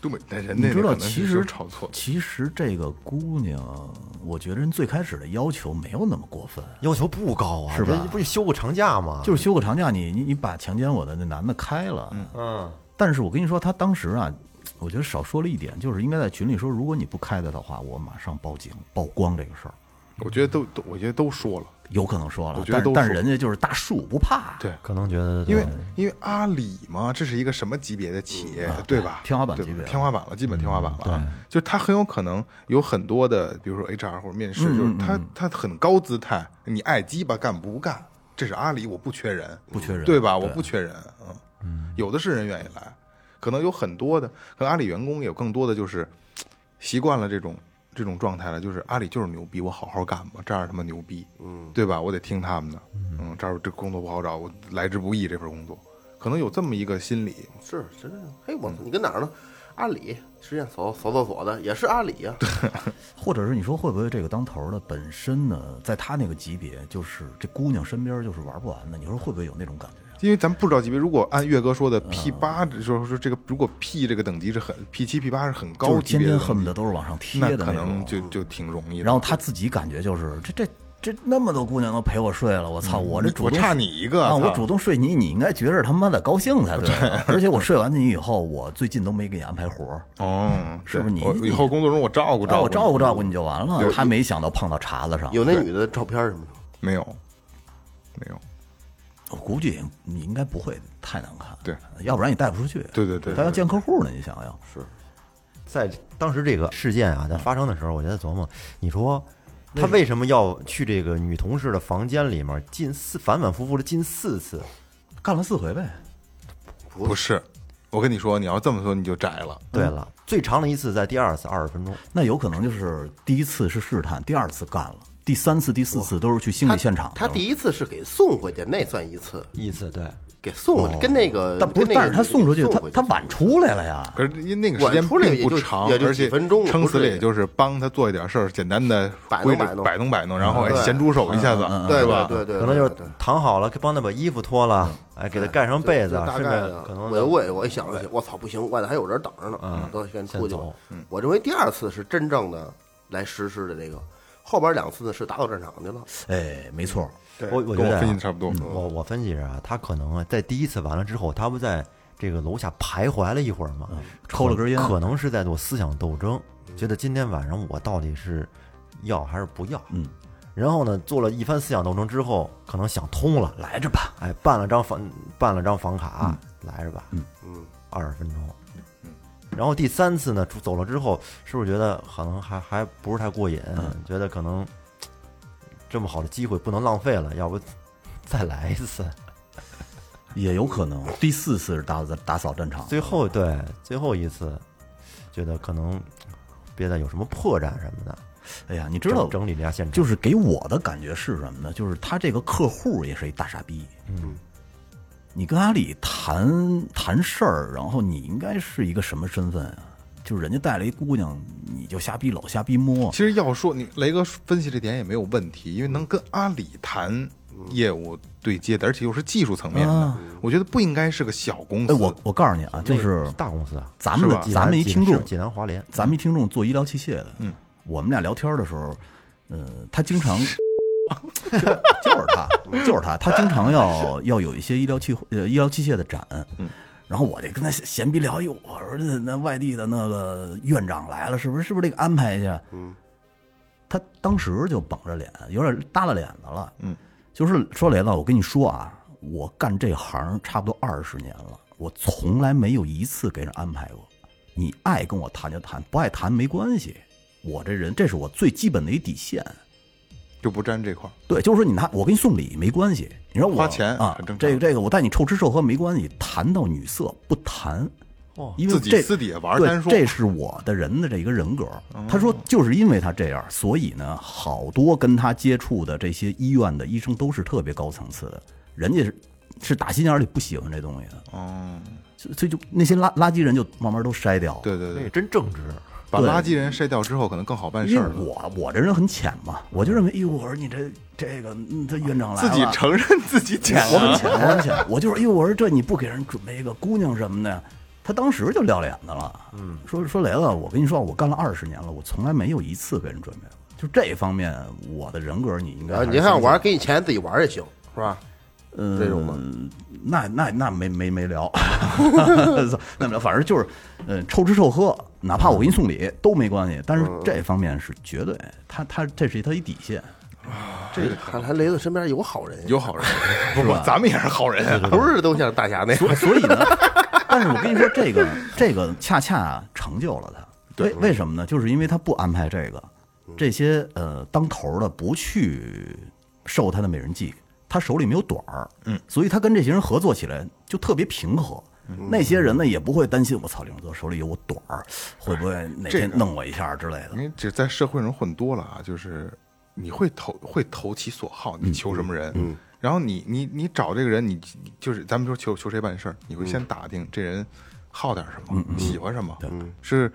东北那人
你
那
知道
可，能
其
是有
实
炒错，
其实这个姑娘，我觉得人最开始的要求没有那么过分，
要求不高啊，
是吧
这不是休个长假吗？
就是休个长假，你你你把强奸我的那男的开了，
嗯，
但是我跟你说，他当时啊，我觉得少说了一点，就是应该在群里说，如果你不开他的话，我马上报警曝光这个事儿，
我觉得都都，我觉得都说了，
有可能说了
我，觉得都
但是但是
说
人家就是大树不怕，
对
可能觉得
因为因为阿里嘛，这是一个什么级别的企业，对吧？
嗯天花板
对
级别
天花板了，基本天花板了。就他很有可能有很多的，比如说 HR 或者面试，就是他他很高姿态，你爱鸡巴干不干？这是阿里，我不缺人，
不缺人
对吧？我不缺人，嗯，有的是人愿意来，可能有很多的，可能阿里员工也有更多的就是习惯了这种这种状态了，就是阿里就是牛逼，我好好干吧，这样他妈牛逼，嗯，对吧？我得听他们的，嗯，这儿这工作不好找，我来之不易这份工作，可能有这么一个心理，
是是这样。嘿，我你跟哪儿呢？阿里，实际上扫扫厕所的也是阿里啊呀、
或者是你说会不会这个当头的本身呢，在他那个级别，就是这姑娘身边就是玩不完的，你说会不会有那种感觉？啊
因为咱们不知道级别，如果按岳哥说
嗯
的 P 八，说说这个，如果 P 这个等级是很 P 七 P 八是很
就
高
是
级
天
别的等
天
级，
恨不得都是往上贴
那
的
可
种
能就就挺容易的。
然后他自己感觉就是这这这那么多姑娘都陪我睡了，我操，我这主
嗯我
动
差你一个
啊，
操
我主动睡你，你应该觉着他妈的高兴才对啊。而且我睡完你以后，我最近都没给你安排活儿，
哦，
嗯是不是你
我以后工作中我照顾
让
照顾
我
你
照顾照顾你就完了。他没想到碰到茬子上，
有那女的照片什么的，
没有没有，
我估计你应该不会太难看，
对，
要不然你带不出去，
对对对对
他要见客户呢，你想想，
在当时这个事件啊在发生的时候，我就在琢磨，你说他为什么要去这个女同事的房间里面进四反反复复的进四次？
干了四回呗，
不是。我跟你说，你要这么说你就窄了。
对了，最长的一次在第二次二十分钟，
那有可能就是第一次是试探，第二次干了，第三次、第四次都是去心理现场的
他第一次是给送回去，那算一次，
一次对，
给送回去，跟那个，
哦但不是，
跟那个
但是他送出去，他
送回
他晚出来了呀。
可是因为那个时间
晚出来也
并不
就
长，
也就
而
几
且
分钟
撑死
不
了
是
也就是帮他做一点事儿，简单的
摆弄
规整
摆弄
摆弄摆弄，然后
嗯
哎
对
咸猪手一下子，
对
嗯吧？
对对，
可能就是
对对
躺好了，帮他把衣服脱了，哎，给他盖上被子
就，大
顺
概
便
的
可能
我就问，我一想着去，我操，不行，外头还有人等着呢，都先出去
先
吧嗯
走。
我认为第二次是真正的来实施的这个，后边两次呢是打扫战场去了，
哎，没错，
对
我我觉
跟
得
我
啊
分析的差不多。
我
嗯
我分析着啊，他可能啊在第一次完了之后，他不在这个楼下徘徊了一会儿嘛，
嗯抽了根烟
可能是在做思想斗争，觉得今天晚上我到底是要还是不要。
嗯，
然后呢，做了一番思想斗争之后，可能想通了，
来着吧，
哎，办了张房办了张房卡，来着吧，嗯二十分钟。然后第三次呢，出走了之后，是不是觉得可能还还不是太过瘾？
嗯
觉得可能嘖这么好的机会不能浪费了，要不再来一次？
哦也有可能。第四次是打扫打扫战场，
最后对最后一次，觉得可能嘖别再有什么破绽什么的，
哎呀，你知
整
道，
整理了一下现场，
就是给我的感觉是什么呢？就是他这个客户也是一大傻逼。嗯，你跟阿里谈谈事儿，然后你应该是一个什么身份啊？就是人家带了一姑娘，你就瞎逼搂、瞎逼摸
其，实要说你雷哥分析这点也没有问题，因为能跟阿里谈业务对接的，而且又是技术层面的
啊，
我觉得不应该是个小公司。
哎，我我告诉你啊，就是
大公司啊，
咱们的
是吧
咱们一
济南
听
济南
众
是，济南华联，
咱们一听众做医疗器械的，嗯，我们俩聊天的时候，呃，他经常， 就就是他，就是他，他经常 要要有一些医疗器呃医疗器械的展，嗯，然后我就跟他闲逼聊一，我说那那外地的那个院长来了，是不是是不是得给安排一下？嗯，他当时就绷着脸，有点耷拉脸子了，嗯，就是说雷子，我跟你说啊，我干这行差不多二十年了，我从来没有一次给人安排过。你爱跟我谈就谈，不爱谈没关系。我这人，这是我最基本的一底线。
就不沾这块儿。
对，就是说你拿我给你送礼没关系，你说我
花钱
啊
很正常，
这个这个我带你臭吃臭喝没关系，谈到女色不谈。因为
自己
这
私底下玩
对
单说
这是我的人的这一个人格。他说，就是因为他这样，所以呢，好多跟他接触的这些医院的医生都是特别高层次的，人家是是打心眼里不喜欢这东西的，
哦，
所以所以就那些垃垃圾人就慢慢都筛掉。，
对对
这也
对，
真正直，
把
对
垃圾人筛掉之后，可能更好办事
因为
儿了。
我我这人很浅嘛，我就认为，哎呦，我说你这这个，嗯他院长来
自
了，
己啊承认自己捡
我
了，
很浅，我很浅，我就说，哎呦，我说这你不给人准备一个姑娘什么的，他当时就撂脸子了，嗯，说说雷子，我跟你说，啊我干了二十年了，我从来没有一次给人准备过，就这方面，我的人格你应该
然后
还是
啊你看
相信
玩，给你钱自己玩也行，是吧？
嗯，
这种的
那那那没没没聊， 那没聊，反正就是，嗯，臭吃臭喝，哪怕我给你送礼都没关系，但是这方面是绝对，他他这是他一底线，
这个看来雷子身边有好人，
有好人，不 不，咱们也是好人啊。
不是都像大侠那 样
所所以呢，但是我跟你说，这个这个恰恰成就了他。为为什么呢？就是因为他不安排这个，这些呃当头儿的不去受他的美人计，他手里没有短儿，嗯，所以他跟这些人合作起来就特别平和。那些人呢也不会担心我操李永泽手里有我短儿，会不会哪天弄我一下之类的
因。为这在社会上混多了啊，就是你会投会投其所好，你求什么人，然后你你你找这个人，你你就是咱们说求求谁办事儿，你会先打听这人好点儿什么，喜欢什么，是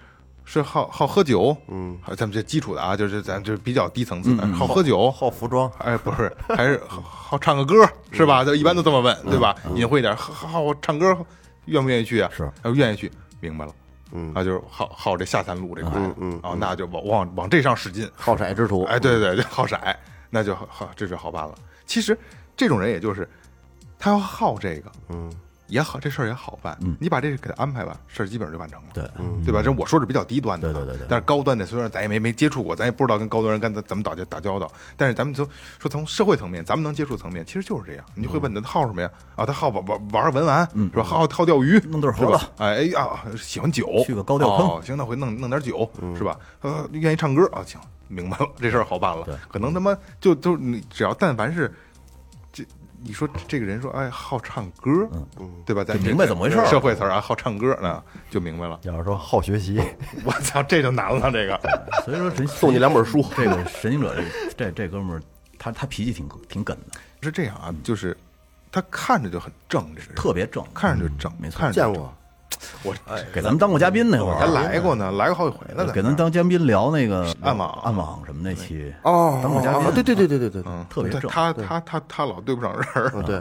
是好好喝酒，嗯，咱们这基础的啊，就是咱就是比较低层次的，好喝酒，
好服装，
哎，不是，还是好好唱个歌是吧？就一般都这么问，对吧？隐晦一点，好好好唱歌，愿不愿意去啊？
是
要愿意去，明白了。嗯，啊，就是好好这下三路这块，嗯嗯，啊，那就往往往这上使劲，
好色之徒，
哎，对对对，好色，那就好好，这就好办了。其实这种人也就是他要好这个，嗯，也好，这事儿也好办。你把这个给他安排完，事儿基本上就完成了，
对
对吧？这我说是比较低端的啊，
嗯对对对对
但是高端的虽然咱也没没接触过，咱也不知道跟高端人干怎么打交打交道，但是咱们从说从社会层面，咱们能接触层面，其实就是这样。你就
嗯
会问他好什么呀？啊，他好玩玩玩文玩，是吧？好好钓鱼，
弄对儿
是
猴
吧
子？
哎哎呀，喜欢酒，
去个高调坑嗯
哦，行，那回弄弄点酒，是吧？呃，愿意唱歌啊，行，明白了，这事儿好办了。可能他妈就就你只要但凡是这，你说这个人说哎好唱歌，嗯，对吧？咱
就明白怎么回事儿
社会词儿啊，好唱歌那就明白了。
要是说好学习，
我操，这就难了，这个
所以说神
送你两本书
这个神行者这这这哥们儿，他他脾气挺挺梗的，
是这样啊，就是他看着就很正，这个人
特别正。
看着就正，
没错
看着就
见
正
过，
我哎，
给咱们当过嘉宾那会儿，
还来过呢，来过好几回了，
给
咱
咱
们
当嘉宾聊那个
暗网
暗网什么那期，
哦，
当过嘉宾
啊对对对对对对，
嗯
特别
他
正
他他他他老对不上人儿，
嗯对，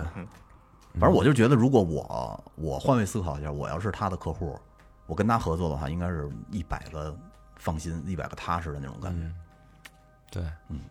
反正我就觉得，如果我我换位思考一下，我要是他的客户，我跟他合作的话，应该是一百个放心，一百个踏实的那种感觉。
嗯
对，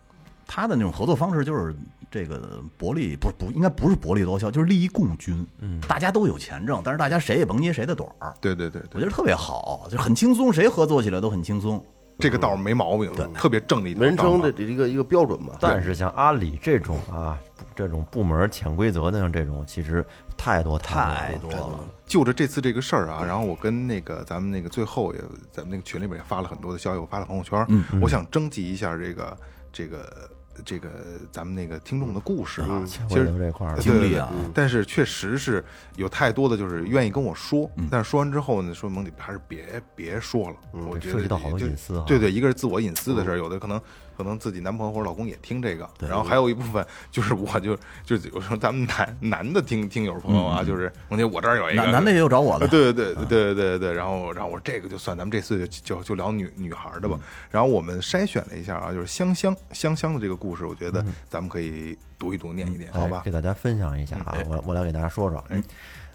他的那种合作方式就是这个薄利不不应该不是薄利多销，就是利益共均。嗯，大家都有钱挣，但是大家谁也甭捏谁的短儿，
对对对
我
对，
觉得特别好，就很轻松，谁合作起来都很轻松。
这个道儿没毛病，特别正的一条道儿
人
嘛
生的一个一个标准吧。
但是像阿里这种啊，这种部门潜规则的像这种，其实太多
太
多
多了，
就着这次这个事儿啊，然后我跟那个咱们那个最后也咱们那个群里边也发了很多的消息，我发了朋友圈，
嗯
我想征集一下这个这个这个咱们那个听众的故事啊，
潜
其
规
实
则这块儿嗯
对
经历啊
对对但是确实是有太多的就是愿意跟我说，
嗯
但是说完之后呢，说蒙迪还是别别说了，我觉得
涉及到好多
就
隐私啊
对对，一个是自我隐私的
嗯
事儿，有的可能可能自己男朋友或者老公也听这个，然后还有一部分就是我就就是有时候咱们男男的听听友朋友啊，就是蒙迪我这儿有一个
嗯
呃
男男的也有找我的，啊
对对对对对对对，然后然后我说这个就算咱们这次就就就聊女女孩儿
嗯
的吧，然后我们筛选了一下啊，就是香香香香的这个故事，我觉
嗯
得咱们可以读一读念一念，好
哎
吧嗯哎
给？大家分享一下啊，我我来给大家说说。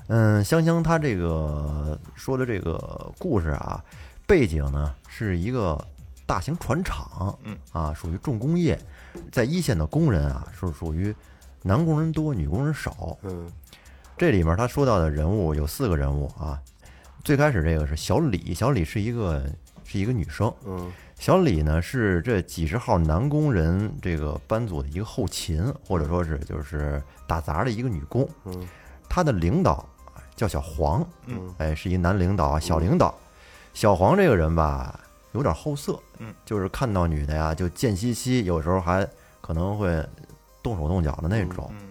嗯，香香她这个说的这个故事啊，背景呢是一个大型船厂，
嗯
啊，属于重工业，在一线的工人啊是属于男工人多，女工人少。
嗯，
这里面他说到的人物有四个人物啊，最开始这个是小李，小李是一个是一个女生，
嗯，
小李呢是这几十号男工人这个班组的一个后勤，或者说是就是打杂的一个女工，
嗯，
她的领导啊叫小黄，
嗯，
哎，是一男领导啊，小领导，小黄这个人吧有点好色，
嗯，
就是看到女的呀就贱兮兮，有时候还可能会动手动脚的那种，
嗯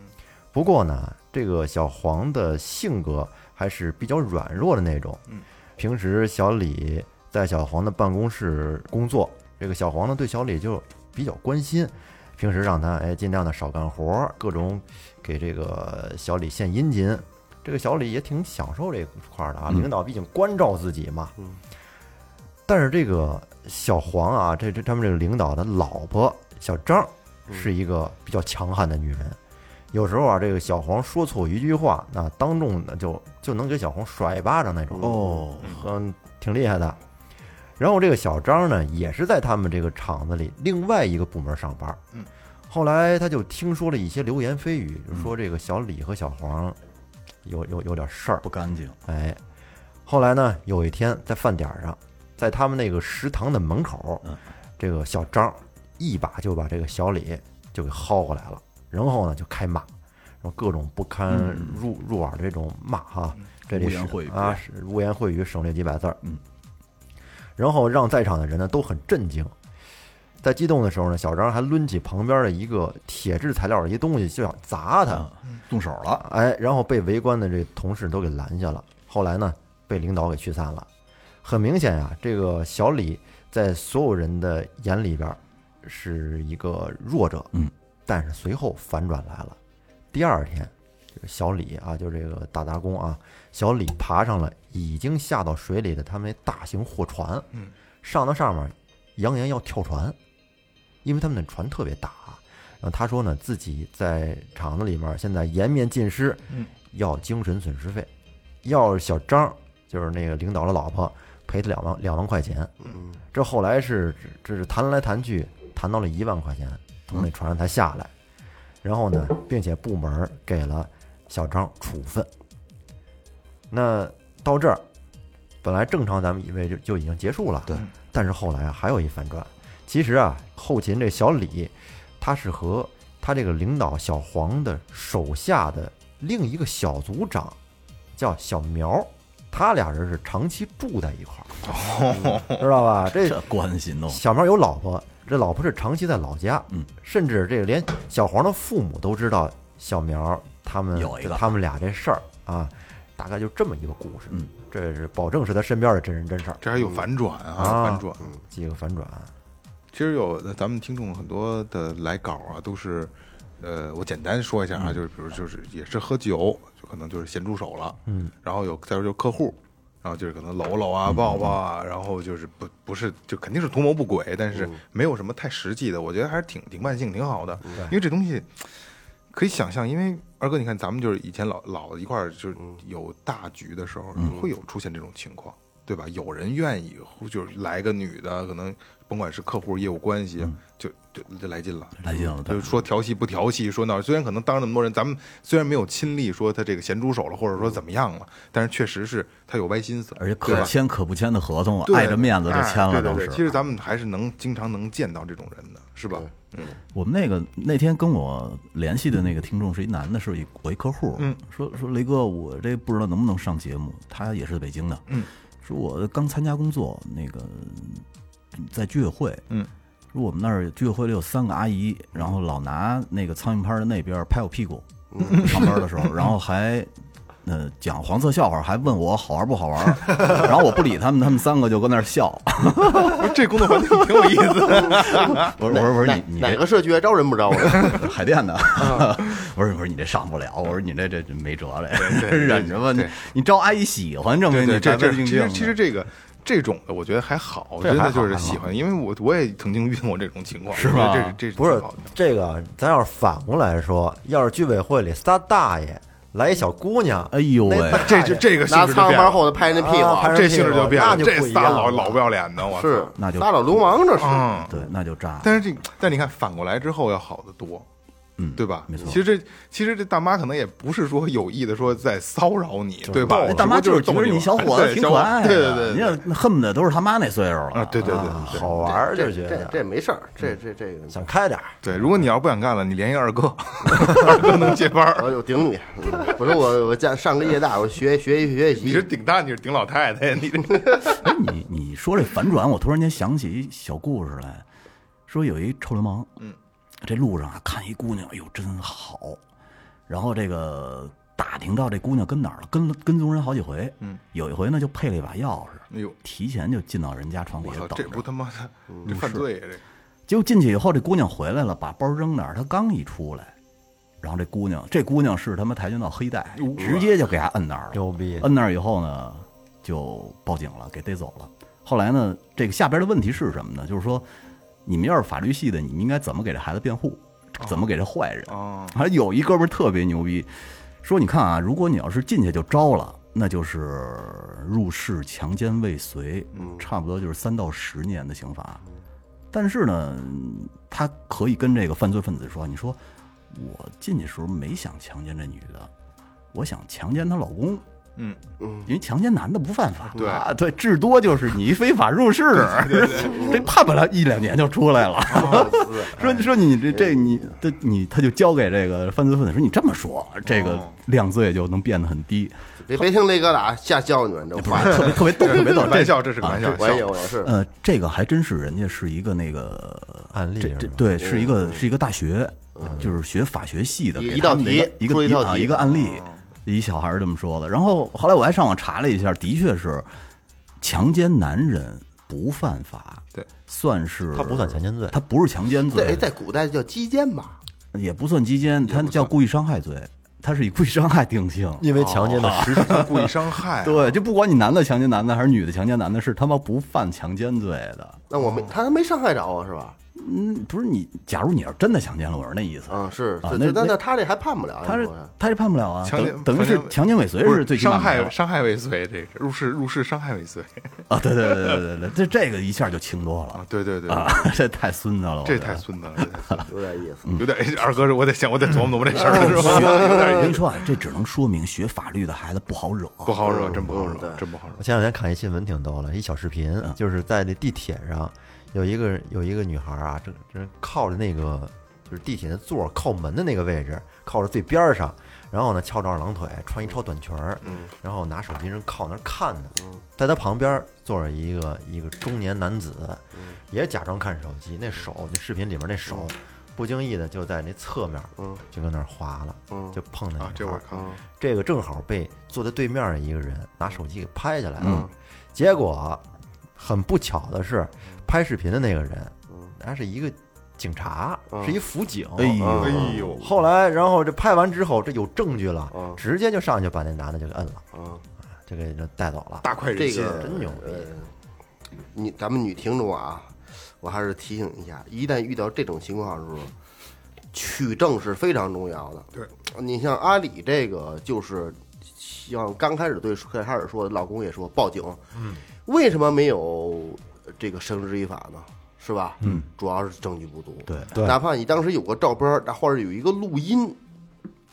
不过呢，这个小黄的性格还是比较软弱的那种。
嗯，
平时小李在小黄的办公室工作，这个小黄呢对小李就比较关心，平时让他哎尽量的少干活儿，各种给这个小李献殷勤。这个小李也挺享受这块儿的啊，领导毕竟关照自己嘛。但是这个小黄啊，这这他们这个领导的老婆小张是一个比较强悍的女人，有时候啊，这个小黄说错一句话，那当众呢就就能给小黄甩一巴掌那种。
哦，
嗯，挺厉害的。然后这个小张呢，也是在他们这个厂子里另外一个部门上班。
嗯，
后来他就听说了一些流言蜚语，就说这个小李和小黄有有有点事儿
不。干净，
哎，后来呢，有一天在饭点上，在他们那个食堂的门口
嗯，
这个小张一把就把这个小李就给薅过来了，然后呢就开骂，然后各种不堪入入耳的这种骂哈，这里
嗯污言
是
秽语
啊，是污言秽语，省略几百字儿，
嗯，
然后让在场的人呢都很震惊。在激动的时候呢，小张还抡起旁边的一个铁质材料的一东西，就想砸他。
嗯动手了，
哎，然后被围观的这同事都给拦下了。后来呢，被领导给驱散了。很明显呀、这个小李在所有人的眼里边儿是一个弱者，
嗯，
但是随后反转来了。第二天，这个小李啊，就这个打杂工啊，小李爬上了已经下到水里的他们那大型货船，
嗯，
上到上面，扬言要跳船，因为他们那船特别大啊。然后他说呢，自己在厂子里面现在颜面尽失，
嗯，
要精神损失费，要是小张就是那个领导的老婆赔他两万两万块钱，
嗯，
这后来是这是谈来谈去，谈到了一万块钱，从那船上才下来。然后呢，并且部门给了小张处分。那到这儿，本来正常咱们以为就就已经结束了，
对。
但是后来啊，还有一反转。其实啊，后勤这小李，他是和他这个领导小黄的手下的另一个小组长，叫小苗，他俩人是长期住在一块儿。知道吧？这
这关系弄，
小苗有老婆，这老婆是长期在老家，
哦嗯，
甚至这个连小黄的父母都知道小苗他们
有一个
他们俩这事儿啊，大概就这么一个故事，
嗯，
这是保证是他身边的真人真事儿，
这还有反转
啊
啊，反转。
几个反转，
其实有的咱们听众很多的来稿啊，都是，呃，我简单说一下啊，就是比如就是也是喝酒，就可能就是咸猪手了，嗯，然后有再有就是客户，然后就是可能搂搂啊、抱抱啊，然后就是不不是就肯定是图谋不轨，但是没有什么太实际的，我觉得还是挺挺万幸，挺好的，因为这东西可以想象，因为二哥，你看咱们就是以前老老一块儿就是有大局的时候，会有出现这种情况，对吧？有人愿意就是来个女的，可能甭管是客户业务关系，就就就来劲了。
来劲了，对
就，说调戏不调戏，说闹，虽然可能当着那么多人，咱们虽然没有亲历说他这个咸猪手了，或者说怎么样了，但是确实是他有歪心思，
而
对
且可
吧
签可不签的合同啊，
对
碍着面子就签
哎对
了，当
对
时
对，。其实咱们还是能经常能见到这种人的，是吧？
我们那个那天跟我联系的那个听众是一男的，是一我一客户，
嗯，
说说雷哥，我这不知道能不能上节目，他也是北京的，
嗯，
说我刚参加工作，那个在居委会，
嗯，
说我们那儿居委会里有三个阿姨，然后老拿那个苍蝇拍的那边拍我 屁股，上班的时候，然后还。呃，讲黄色笑话，还问我好玩不好玩，然后我不理他们，他们三个就跟那儿笑。
不 是这工作环境挺有意思的。
我说我说我说
哪
你你
哪
这
个社区还招人不招 我？
海淀的，
啊
我说我说你这上不了，我说你这这这没辙了，
对对
忍着吧，你
对
你招阿姨喜欢，证明
对对，
你
这
白白
这
净
其
净的。
实其实这个这种的，我觉得还好，
这
真
还
的
好
就是喜欢，因为我我也曾经遇见过这种情况，
是
我觉得
吧
这是这
不是
挺好的
这个，咱要是反过来说，要是居委会里仨大爷来一小姑娘，
哎呦
那
喂
大爷
这就这个性
拿
质
苍
就变
蝇拍
了，
后头拍那屁
啊拍
股，啊
着
这性质就变
那
了，
就
这
不一
仨
样
老
了
老不要脸的，我操
是
那就
仨老流氓，这是
嗯，
对，那就炸了。
但是这但你看反过来之后要好得多。
嗯
对吧？
没错
其实这其实这大妈可能也不是说有意的说在骚扰你，对吧？
哎大妈
只不
就
过
是
是
觉
逗
得你
玩
小伙子
对
挺
小
可爱的，
对对对对，
你也恨不得都是他妈那岁数了
啊，对对对对
好玩儿就
这嗯
觉
这
得
这没事儿，这这这个，
想开点儿，
对。如果你要不想干了，你联系二 哥，二哥能接班儿。
我有 顶你，嗯不是我我家上个夜大，我学学习学习，
你是顶大，你是顶老太太，你这
哎，你你说这反转，我突然间想起一小故事来，说有一臭流氓，嗯，这路上啊看一姑娘，哎呦真好，然后这个打听到这姑娘跟哪儿了，跟了跟踪人好几回，嗯，有一回呢就配了一把钥匙，
哎呦
提前就进到人家床底
我
下
操，嗯
等
这不
着，
他妈的这犯罪呀！这
结果进去以后，这姑娘回来了，把包扔那儿，她刚一出来，然后这姑娘，这姑娘是他妈跆拳道黑带，直接就给她摁那儿了。
牛逼，
摁那儿以后呢，就报警了，给逮走了。后来呢，这个下边的问题是什么呢？就是说，你们要是法律系的，你们应该怎么给这孩子辩护，怎么给这坏人？
哦，
还有一哥们儿特别牛逼，说你看啊，如果你要是进去就招了，那就是入室强奸未遂，
嗯
差不多就是三到十年的刑罚。但是呢，他可以跟这个犯罪分子说：“你说我进去时候没想强奸这女的，我想强奸她老公。”
嗯，
因为强奸男的不犯法，
对
啊对，至多就是你非法入室，这判不了一两年就出来了。
哦
说说你这这你这你他就交给这个犯罪分子说你这么说，这个量罪就能变得很低，
别别听雷哥俩瞎教你们这
不
话
是，特别特别逗，特别逗，
玩
这啊
笑，这是个玩笑，
我也有我也是，
呃这个还真是人家是一个那个
案例
这
是吧
这对是一个是一个大学，就是学法学系的，
一
给他们
一道题
一
出
个
一
一
道
个啊
题
一个案例，一小孩儿这么说的。然后后来我还上网查了一下，的确是强奸男人不犯法，
对，
算是
他不算强奸罪
他不是强奸
在
罪，
在古代叫鸡奸吧，
也不算哦奸奸，他叫故意伤害罪，他是以故意伤害定性。
因为强奸的
哦
实施
故意伤害，啊
对，就不管你男的强奸男的还是女的强奸男的，是他妈不犯强奸罪的。
那我没他没伤害着我是吧？
嗯，不是你，假如你要真的强奸了，我是那意思。
哦
嗯，是，
啊
是
那
是那
那
那他这还判不了，
他
你
是
说呀
他是判不了啊，
强
等
奸
等于是强奸未遂
不
是最起码
伤
没有
害伤害未遂，这是入室入室伤害未遂
啊，对对对对对对，这这个一下就轻多
啊
了，
对对对，
啊， 这太孙子了，我
这
觉得
太孙子了，这太孙子了嗯
有点意 思。
有点二哥，我得想，我得琢磨琢磨这事儿，是吧？有
我
点
跟你说啊，这只能说明学法律的孩子不好惹，
不好惹，真不好
嗯对
惹，真不好惹
我前两天看一新闻挺逗的，一小视频，
嗯
就是在那地铁上有一个有一个女孩啊，正正靠着那个就是地铁的座儿靠门的那个位置，靠着最边儿上，然后呢翘着二郎腿，穿一超短裙儿，
嗯
然后拿手机正靠那儿看呢，在她旁边坐着一个一个中年男子，
嗯
也假装看手机，那手那视频里面那手。不经意的就在那侧面，就跟那儿划了，就碰那
嗯啊！这
女孩儿
我看了，
这个正好被坐在对面的一个人拿手机给拍下来了。
嗯
结果很不巧的是，拍视频的那个人，
嗯
他是一个警察，是一辅警。嗯
哎呦，
哎呦，
后来，然后这拍完之后，这有证据
嗯
了，直接就上去把那男的就给摁了，啊就给这带走了。
大快人
这
心，
个
真牛逼！
你咱们女听众啊，我还是提醒一下，一旦遇到这种情况的时候，取证是非常重要的。对，你像阿里这个，就是像刚开始对克哈尔说，老公也说报警，嗯，为什么没有这个绳之以法呢？是吧？嗯，主要是证据不足。
对
对
哪怕你当时有个照片儿，或者有一个录音，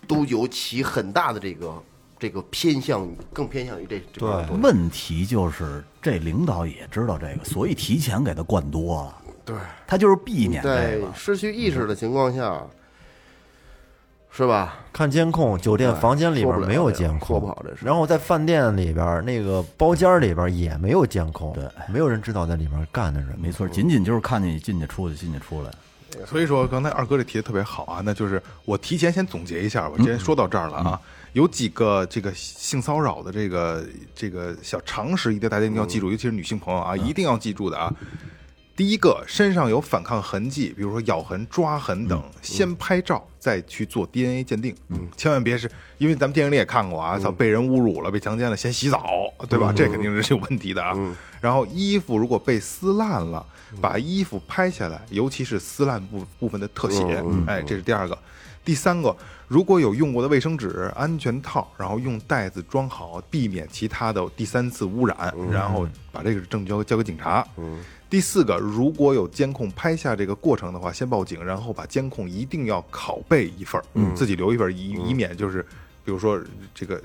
都有起很大的这个这个偏向于，更偏向于这这个
对
问题就是这领导也知道这个，所以提前给他灌多了，
对。
他就是避免
在
这个。
失去意识的情况下，是吧？
看监控，酒店房间里边没有监
说
控，
不好这事
然后在饭店里边那个包间里边也没有监控，对，没有人知道在里面干的什么
没。错，仅仅就是看你进去出去，进去出来，
所以说，刚才二哥这提的特别好啊，那就是我提前先总结一下，我今天说到这儿了啊，有几个这个性骚扰的这个这个小常识，一定大家一定要记住，尤其是女性朋友啊，一定要记住的啊。第一个，身上有反抗痕迹，比如说咬痕、抓痕等，先拍照再去做 DNA 鉴定。嗯，千万别是因为咱们电影里也看过啊，操，被人侮辱了、被强奸了，先洗澡，对吧？这肯定是有问题的啊。然后衣服如果被撕烂了，把衣服拍下来，尤其是撕烂部部分的特写，哎，这是第二个。第三个，如果有用过的卫生纸、安全套，然后用袋子装好，避免其他的第三次污染，然后把这个证据交给交给警察。第四个，如果有监控拍下这个过程的话，先报警，然后把监控一定要拷贝一份儿，
嗯
自己留一份儿，以以免就是，比如说这个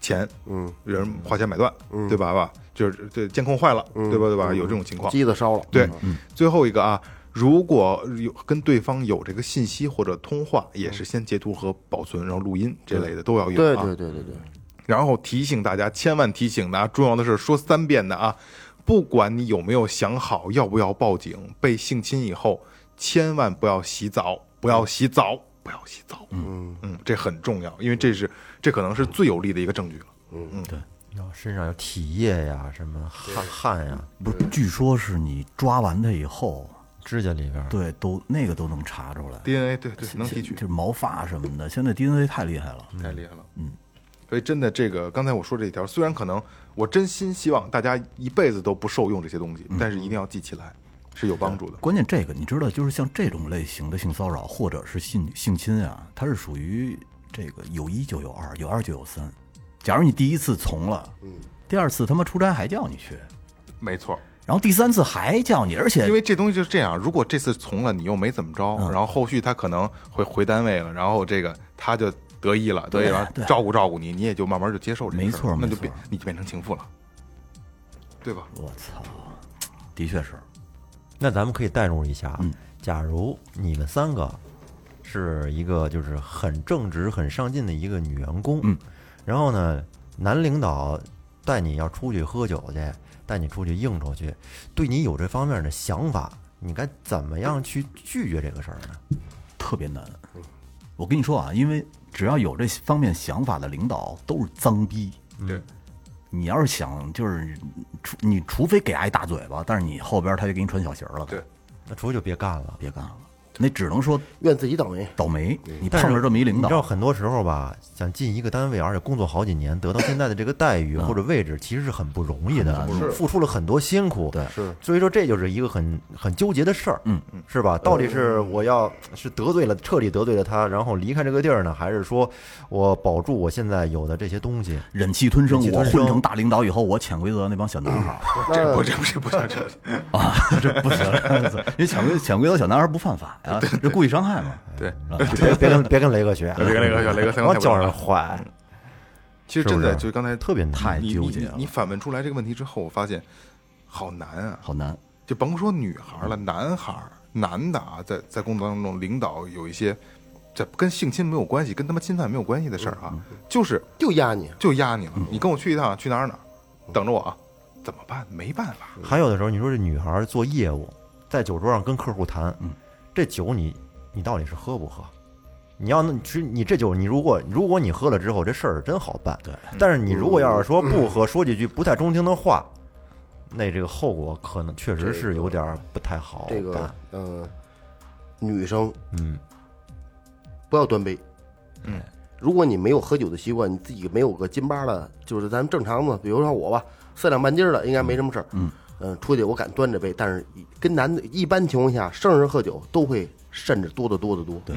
钱，嗯，有人花钱买断，
嗯
对吧？吧，就是这监控坏了，对吧？对吧？有这种情况，
机子烧了，嗯
对，最后一个啊，如果有跟对方有这个信息或者通话，也是先截图和保存，然后录音这类的都要有
嗯对
啊。
对对对对，
然后提醒大家，千万提醒的啊，重要的是说三遍的啊，不管你有没有想好要不要报警，被性侵以后，千万不要洗澡，不要洗澡，不要洗澡。嗯嗯，这很重要，因为这是这可能是最有力的一个证据了。
然后身上有体液呀，什么汗汗呀，
嗯不是？据说是你抓完他以后，
指甲里边儿，
对，都那个都能查出来，
DNA 对对能提取
就，是毛发什么的。现在 DNA 太厉害了，
太厉害了。嗯，所以真的，这个刚才我说这一条，虽然可能我真心希望大家一辈子都不受用这些东西，但是一定要记起来，是有帮助的。
关键这个你知道，就是像这种类型的性骚扰或者是性性侵啊，它是属于这个有一就有二，有二就有三。假如你第一次从了，嗯，第二次他妈出差还叫你去，
没错，
然后第三次还叫你，而且
因为这东西就是这样，如果这次从了你又没怎么
嗯
着，然后后续他可能会回单位了，然后这个他就得意了，得意了
对
照顾照顾你，你也就慢慢就接受这个事儿
没错
那
没
就
错
变你就变成情妇了，对吧？
我操，的确是，
那咱们可以代入一下，啊假如你们三个是一个就是很正直、很上进的一个女员工，嗯，然后呢，男领导带你要出去喝酒去，带你出去应酬去，对你有这方面的想法，你该怎么样去拒绝这个事儿呢？
特别难。我跟你说啊，因为只要有这方面想法的领导都是脏逼。
对，
你要是想就是，除你除非给挨大嘴巴，但是你后边他就给你穿小鞋了。
对，
那除非就别干了。
别干了，那只能说
怨自己倒霉。
倒霉。你
但
碰
是
着这么一领
你知道
导，
很多时候吧，想进一个单位，而且工作好几年，得到现在的这个待遇
啊
或者位置，其实是很不容易的，付出了很多辛苦。
对
是，
所以说这就是一个很很纠结的事儿，嗯，是吧？到底是我要是得罪了，彻底得罪了他，然后离开这个地儿呢，还是说我保住我现在有的这些东西？
忍气吞声，
忍气
我
吞声
混成大领导以后，我潜规则那帮小男孩儿
这不这不这不像这，
啊，这不行，因为潜规潜规则小男孩儿不犯法 呀，这故意伤害嘛。
对，
别别跟别跟雷哥学，
啊别跟雷哥学雷哥三观
往
太不
脚上
正了
坏，
其实真的
是不是
就刚才
特别难
太
你
纠
你
结啊
你
了
你反问出来这个问题之后，我发现好难啊，
好难，
就甭说女孩儿了，
嗯
男孩儿、男的啊，在在工作当中，领导有一些，这跟性侵没有关系，跟他妈侵犯没有关系的事儿啊，
嗯
就是
就压你，
就压你了，
嗯
你跟我去一趟，去哪儿哪儿，等着我啊，怎么办？没办法，
还有的时候，你说这女孩儿做业务，在酒桌上跟客户谈，这酒你你到底是喝不喝？你要那其实你这酒，你如果如果你喝了之后，这事儿真好办。
对，
但是你如果要是说不喝，说几句不太中听的话，那这个后果可能确实是有点儿不太好
这个
办。
嗯、呃女生
嗯，
不要端杯。如果你没有喝酒的习惯，你自己没有个斤巴的，就是咱们正常的，比如说我吧，三两半斤儿的应该没什么事儿。嗯出去我敢端着杯，但是跟男的一般情况下，生人喝酒都会甚至多得多得多。对。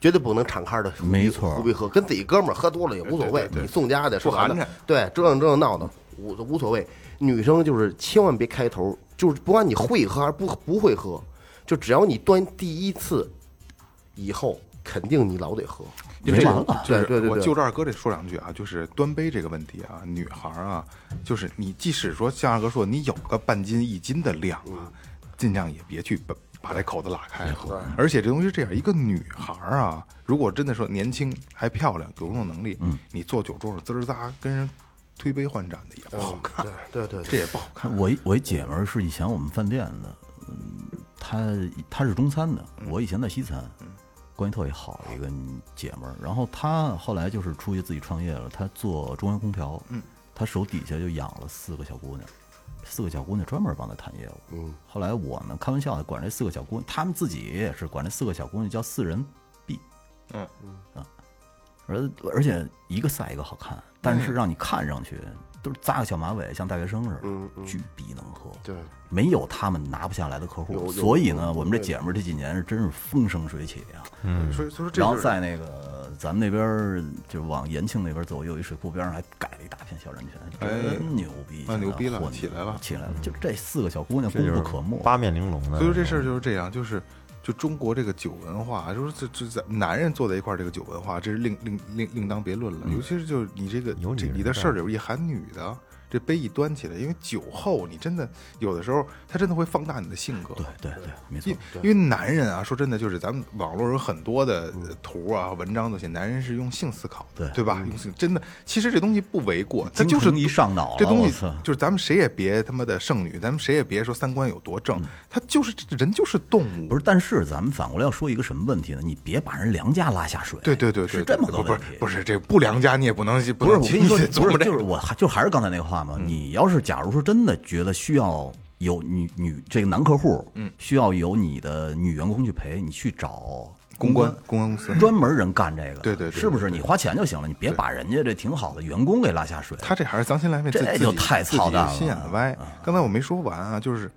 绝对不能敞开的，
没错
胡逼喝，跟自己哥们儿喝多了也无所谓，你送家的，
不含
是吧
着
对，折腾折腾闹闹无无所谓。女生就是千万别开头，就是不管你会喝还是不不会喝，就只要你端第一次以后，肯定你老得喝。
因为这
没完
个
了
就是
对对对对
我就这二哥这说两句啊，就是端杯这个问题啊，女孩儿啊，就是你即使说像二哥说你有个半斤一斤的量
嗯
啊，尽量也别去把把这口子拉开
哎
了。而且这东西是这样，一个女孩儿啊，如果真的说年轻还漂亮，有工作能力，
嗯
你坐酒桌上滋儿扎跟人推杯换盏的也不好
嗯
看，
对对
这
对，
也不好看。
我一我一姐们儿是以前我们饭店的，嗯，她她是中餐的，我以前在西餐，关系特别好一个姐们儿。然后她后来就是出去自己创业了，她做中央空调，嗯，她手底下就养了四个小姑娘，四个小姑娘专门帮她谈业务。嗯，后来我呢开玩笑的管这四个小姑娘，她们自己也是管这四个小姑娘叫四人臂，
嗯
而而且一个赛一个好看，但是让你看上去都是扎个小马尾，像大学生似的，巨逼能喝。
对，
没有他们拿不下来的客
有
户，
有
所以呢，我们这姐们儿这几年是真是风生水起啊。
嗯，所以所以说这
然后
就是
在那个咱们那边儿就是往延庆那边走，有一水库边上还盖了一大片小人泉，
哎
真牛逼！
那牛逼了
现在混
起来了
起来了！就这四个小姑娘
这
功
就是
不可没，
八面玲珑
哎
的。
所以说这事儿就是这样，就是就中国这个酒文化，就是这这咱男人坐在一块儿这个酒文化，这是另另另另当别论了。
嗯
尤其是就是你这个
有女
这
人
你的事儿里边一含女的，这杯一端起来，因为酒后你真的有的时候他真的会放大你的性格。
对对对，嗯没错
因，因为男人啊，说真的，就是咱们网络有很多的呃图啊、文章都写，男人是用性思考的，
嗯对嗯
对吧？用性真的，其实这东西不为过，他
精
就是
神一上脑了
这东
我
西
操
就是咱们谁也别他妈的剩女，咱们谁也别说三观有多正，他就是人就是动物，
嗯不是？但是咱们反过来要说一个什么问题呢？你别把人梁家拉下水，
对对对对，
是这么个
不不
问
是
题，
不是这不良家你也不能不嗯
不是
能
我
轻
跟你
易
说，
地琢
不是
磨
就
这
是
个。
我还就还是刚才那个话嘛。你要是假如说真的觉得需要有女女这个男客户，嗯，需要有你的女员工去陪你去找
公关公关公司，
专门人干这个，
对对对
是不是？你花钱就行了，你别把人家这挺好的员工给拉下水。
他这还是脏心赖肺，
这哎
自
就
自己
太
自己
操蛋了嗯
心眼歪。刚才我没说完啊，就是，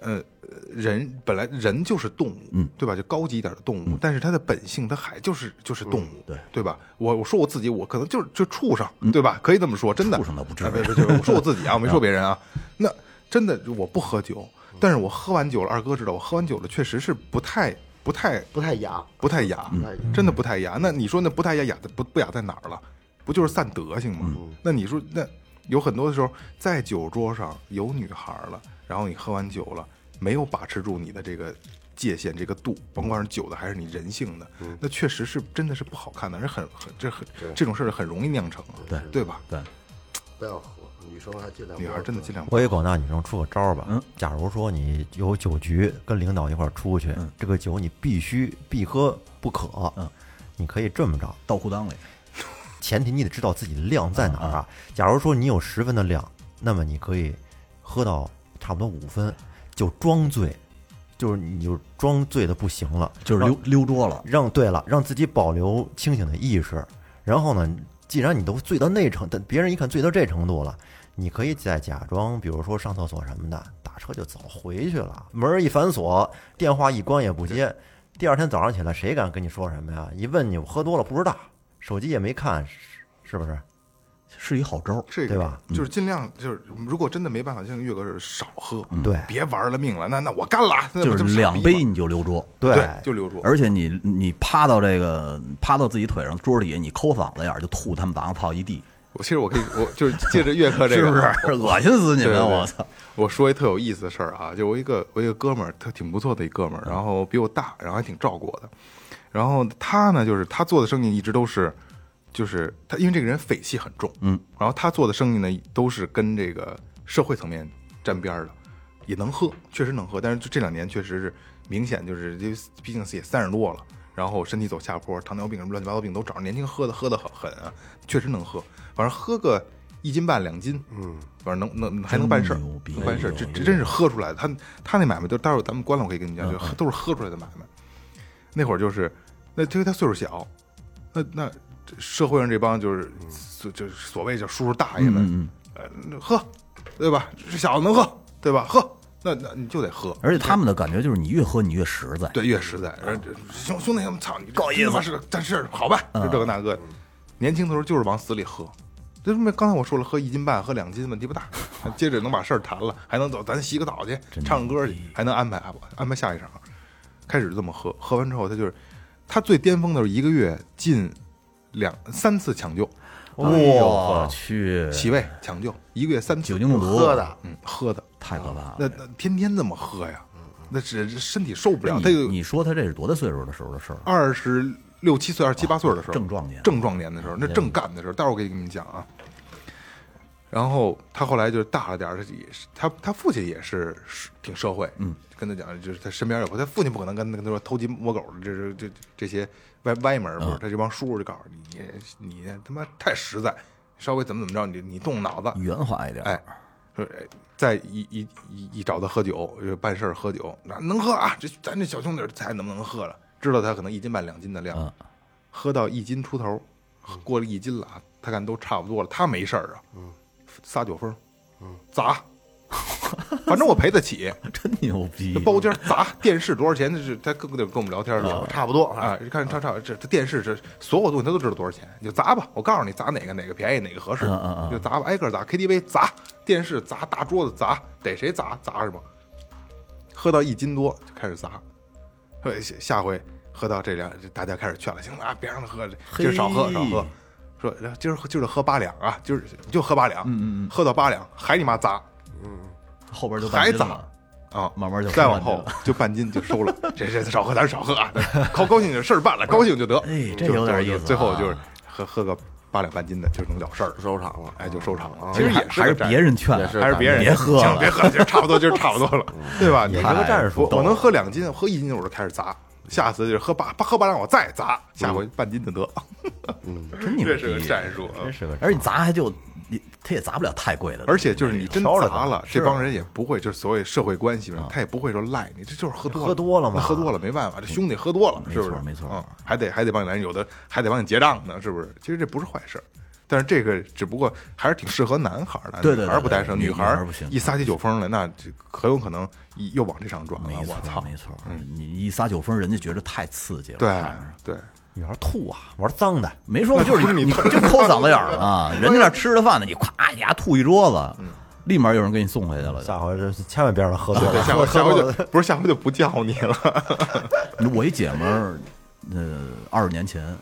呃，人本来人就是动物，
嗯
对吧？就高级一点的动物，但是它的本性，它还就是就是
嗯
动物，对对吧？我我说我自己，我可能就是就畜生，对吧？可以这么说，真的
嗯畜生倒不至于嗯
啊不是就是我说我自己 啊，我没说别人啊。那真的我不喝酒，但是我喝完酒了，二哥知道，我喝完酒了确实是不太不太
不太雅。哎
不太雅，
嗯
真的不太雅。那你说那不太雅雅的不不雅在哪儿了？不就是散德性吗？嗯那你说那有很多的时候在酒桌上有女孩了，然后你喝完酒了，没有把持住你的这个界限这个度，甭管是酒的还是你人性的，那确实是真的是不好看的，人很很这很这种事儿很容易酿成，对对吧？
对，
不要喝，女生还尽量不
女
要喝。
孩真的尽量不
我给广大女生出个招儿吧，假如说你有酒局，跟领导一块儿出去，这个酒你必须必喝不可，你可以这么着，
倒裤裆里，
前提你得知道自己的量在哪儿
嗯
啊。假如说你有十分的量，那么你可以喝到差不多五分，就装醉，就是你就装醉的不行了，
啊
就是
让
溜溜桌了。
让对了，让自己保留清醒的意识。然后呢，既然你都醉到那程，但别人一看醉到这程度了，你可以再假装，比如说上厕所什么的，打车就走回去了。门儿一反锁，电话一关也不接。第二天早上起来，谁敢跟你说什么呀？一问你，我喝多了不知道，手机也没看，是是不是？
是一好招儿，
这个
对吧？
就是尽量就是，如果真的没办法，像岳哥是少喝，
对
嗯别玩了命了。那那我干了，那不
就
傻
是
逼
两
吗
杯你就溜桌，
对，就留住。
而且你你趴到这个趴到自己腿上桌底下，你抠嗓子眼儿就吐他们打上泡一地，
我其实我可以，我就是借着岳克这
是
个，
不是？恶心死你
对对
们！
对
我操！
我说一特有意思的事儿啊，就我一个我一个哥们儿，他挺不错的一哥们儿，然后比我大，然后还挺照顾我的。然后他呢，就是他做的生意一直都是，就是他因为这个人匪气很重，嗯，然后他做的生意呢都是跟这个社会层面沾边儿的，也能喝，确实能喝，但是就这两年确实是明显就是，因为毕竟也三十多了，然后身体走下坡，糖尿病什么乱七八糟病都找着，年轻喝的喝的很狠啊，确实能喝，反正喝个一斤半两斤，嗯，反正能能还能办事儿
真牛，逼
能办事儿，这这真是喝出来的。他他那买卖就待会儿咱们关了，我可以跟你讲，就都是喝出来的买卖。那会儿就是，那因为他岁数小，那那这社会上这帮就是所就是所谓叫叔叔大爷们，呃，那喝，对吧？这小子能喝，对吧？喝，那那你就得喝，
而且他们的感觉就是你越喝你越实在，
对，越实在。然后这啊兄兄弟，我们操你，够意思，是但是好吧，就这个那个。年轻的时候就是往死里喝，这他妈刚才我说了，喝一斤半，喝两斤问题不 大，接着能把事儿谈了，还能走，咱洗个澡去，唱歌去，还能安排安排下一场。开始这么喝，喝完之后他就是，他最巅峰的时候一个月进两三次抢救，哎
我去，
洗胃抢救，一个月三
酒
次，
精中毒
喝的，
嗯，喝的，
太可怕了。
那那天天这么喝呀，那是身体受不了，
你
他就
哎你说他这是多大岁数的时候的事儿？啊
二十六七岁、二十七八岁的时候，
正壮年
正壮年的时候，那正干的时候，待会儿我给你们讲啊。然后他后来就是大了点儿，他也是他他父亲也是挺社会，嗯，跟他讲就是他身边有他父亲不可能跟他跟他说偷鸡摸狗的这这这这些歪歪门儿不是，他这帮叔叔就告诉你你你他妈太实在，稍微怎么怎么着你你动脑子，
圆滑一点，
哎，说哎再一一一一找他喝酒，就办事儿喝酒，那能喝啊？这咱这小兄弟才能不能喝了？知道他可能一斤半两斤的量，喝到一斤出头，过了一斤了啊，他看都差不多了，他没事儿啊，撒酒疯，砸， 反正我赔得起，
真牛逼
这！包间儿砸，电视多少钱？这是他跟跟我们聊天儿的时候，
差不多啊。
啊，看差差这这电视这所有东西他都知道多少钱，你就砸吧。我告诉你砸哪个哪个便宜哪个合适，你就砸吧，挨个砸。KTV 砸，电视砸，大桌子砸，逮谁砸砸什么。喝到一斤多就开始砸，所以下下回喝到这两，大家开始劝了，行了啊，别让他喝了，今儿少喝少喝。说然后今儿喝今儿就喝八两啊，今儿就喝八两，嗯嗯，喝到八两还你妈砸，
后边就半
还
斤
砸
了
啊，
慢慢就
再往
收半
后
斤了
就半斤就 收了，这这少喝咱少喝啊，高高兴就事儿办了，高兴就得，
哎这
就
有点意思啊
就最后就是喝喝个八两半斤的就能了事儿，
收场了
哎，就收场了。其实也
还是
个
别人劝啊
也，是嗯
还是别人
别喝了
行别喝，就差不多，就是差不多了，对吧？你
也是个战术
我
啊
我能喝两斤，喝一斤我就开始砸，下次就是喝八八喝八两我再砸，下回半斤就得，
真牛
这是个
逼！
战术啊。
真是个
而且砸还就你他也砸不了太贵的东西，
而且就是你真
挑着
砸
的
了，这帮人也不会，就是所谓社会关系
啊
上，他也不会说赖你，这就是喝多了，
喝多了嘛
那喝多了没办法，这兄弟喝多了，
嗯没
是不是？
错没错
嗯，还得还得帮你来，有的还得帮你结账呢，是不是？其实这不是坏事儿，但是这个只不过还是挺适合男孩儿的，
对对对
女孩儿不太适合，
对对
女孩
女孩
儿
儿不行
一撒起酒疯来，那这很有可能一又往这上撞了
没，
啊我
错
操，嗯
没错，你一撒酒疯，人家觉得太刺激了，
对
看着
对，
女孩吐啊，玩脏的，
没说就是你，你就抠嗓子眼儿了 啊！人家那吃着饭呢，你咵一下吐一桌子，
嗯
立马有人给你送回去了。
下回这千万别让她喝多
对
了，
下
喝
回下
喝
回
多了
就不是下回就不叫你了，
我一姐们儿，呃，二十年前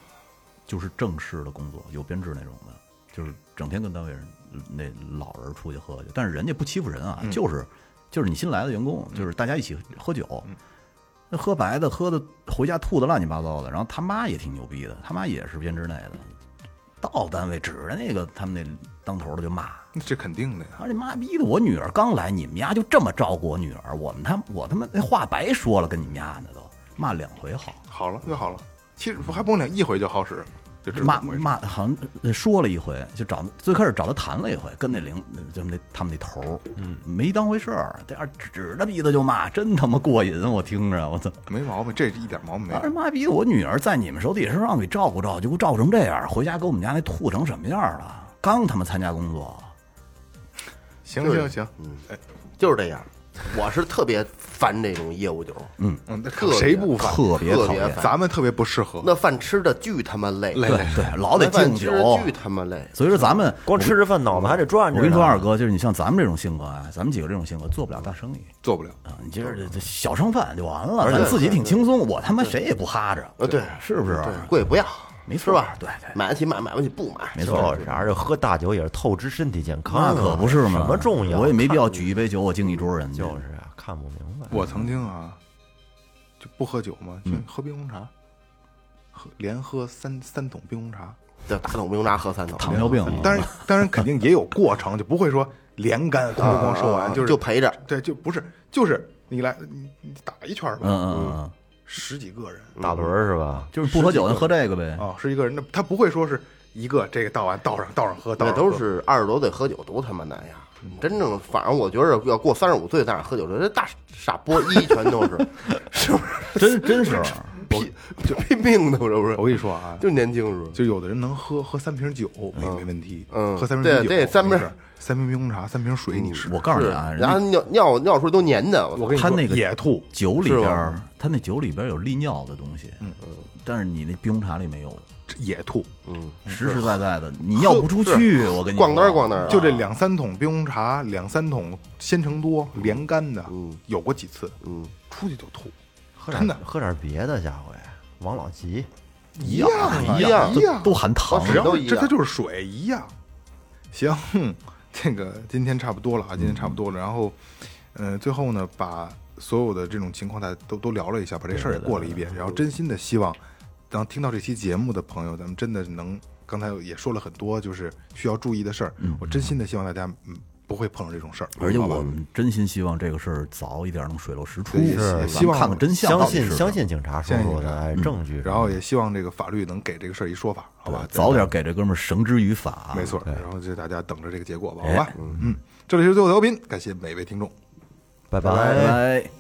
就是正式的工作，有编制那种的，就是整天跟单位人那老人出去喝去，但是人家不欺负人啊，就是就是你新来的员工，就是大家一起喝酒。那喝白的，喝的回家吐的乱七八糟的，然后他妈也挺牛逼的，他妈也是编制内的，到单位指着那个他们那当头的就骂，
这肯定的呀，
他说：“妈逼的，我女儿刚来，你们家就这么照顾我女儿，我们他我他妈那话白说了，跟你们家呢都骂两回好，
好了就好了，其实还不用两一回就好使，就知道
骂
怎么回事
骂好像呃说了一回，就找最开始找他谈了一回，跟那领就那他们那头儿，嗯，没当回事儿，这样指着鼻子就骂，真他妈过瘾，啊我听着我操！啊
没毛病，这一点毛病没
他
有
说。妈逼的，我女儿在你们手底下让给照顾照顾，就给我照顾成这样，回家给我们家那吐成什么样了？刚他妈参加工作，
行
就是
行行，
就是这样。我是特别烦这种业务酒，
嗯，那
特别
谁不烦？
特别
特
讨
别
厌，
烦
咱们特别不适合。
那饭吃的巨他妈累，
对对，老得
饭
敬
吃
酒，
的巨他妈累。
所以说咱们
光吃着饭脑子还得转
我
着呢。
跟你说，二哥，就是你像咱们这种性格啊，咱们几个这种性格做不了大生意
做不了。
啊。你今儿这这小商贩就完了，
而且
咱自己挺轻松，我他妈谁也不哈着，
呃，对，
是不
啊
是？
对，贵不要，
没
是
错
吧？
对对
买得起买，买不起不买。
没错
就，啥这喝大酒也是透支身体健康啊，
那可不是嘛，
什么重要？啊
我也没必要举一杯酒，我敬一桌人去。
就是啊，看不明白。
我曾经啊，就不喝酒嘛，去喝冰红茶，喝连喝三三桶冰红茶。
就大桶冰茶喝三桶，
糖尿病，嗯
当然，当然肯定也有过程，就不会说连 干咣咣咣说完，啊就是
啊就陪着。
对，就不是就是你来你你打一圈吧，
嗯嗯嗯嗯，
十几个人
嗯
大轮儿是吧？
就是不喝酒，那喝这个呗。
啊，十几个人，那他不会说是一个这个倒完倒上倒上喝，倒
那
上
都
喝
是二十多岁喝酒多他妈难呀！你
嗯
真正反正我觉得要过三十五岁在那喝酒，这大傻波一全都 是，是不是？
真真是，
拼就拼命的，是不是
我？跟你说啊，
就年轻时候，
就有的人能喝喝三瓶酒没没问题，
嗯
喝三瓶
对
酒
对三瓶嗯
没事儿三瓶冰红茶，三瓶水你是
我告诉你啊，人
然后
家
尿尿尿出都粘的，我
我跟你说
他那个
野兔
酒里边
是
儿，他那酒里边儿有利尿的东西，但是你那冰红茶里没有，
这野兔，
实实在在的，你尿不出去。我跟你
咣当
说
嗯儿咣当儿啊，
就这两三桶冰红茶，两三桶鲜橙多连干的，有过几次，
嗯，
出去就吐，
喝
真的
点喝点别的，下回王老吉
一样啊
一
一
样
一
都
样，
都含糖
我
只
水
要
都
是
一
这
样
它就是水一样。行，哼这个今天差不多了啊，今天差不多了，然后，嗯、最后呢，把所有的这种情况大家都都聊了一下，把这事儿也过了一遍，然后真心的希望，当听到这期节目的朋友，咱们真的能，刚才也说了很多，就是需要注意的事儿，我真心的希望大家，嗯，不会碰上这种事儿，
而且
好吧
我们真心希望这个事儿早一点能水落石出，
对
咱们
希望
看看真相
相
到底
信
是什么，
相信警察叔叔
相信警察
的
嗯
哎证据，
然后也希望这个法律能给这个事儿一说法，好吧？
早点给这哥们儿绳之于法。
没错。然后就大家等着这个结果吧，好吧？嗯，这里是最后调频，感谢每位听众。
拜
拜拜。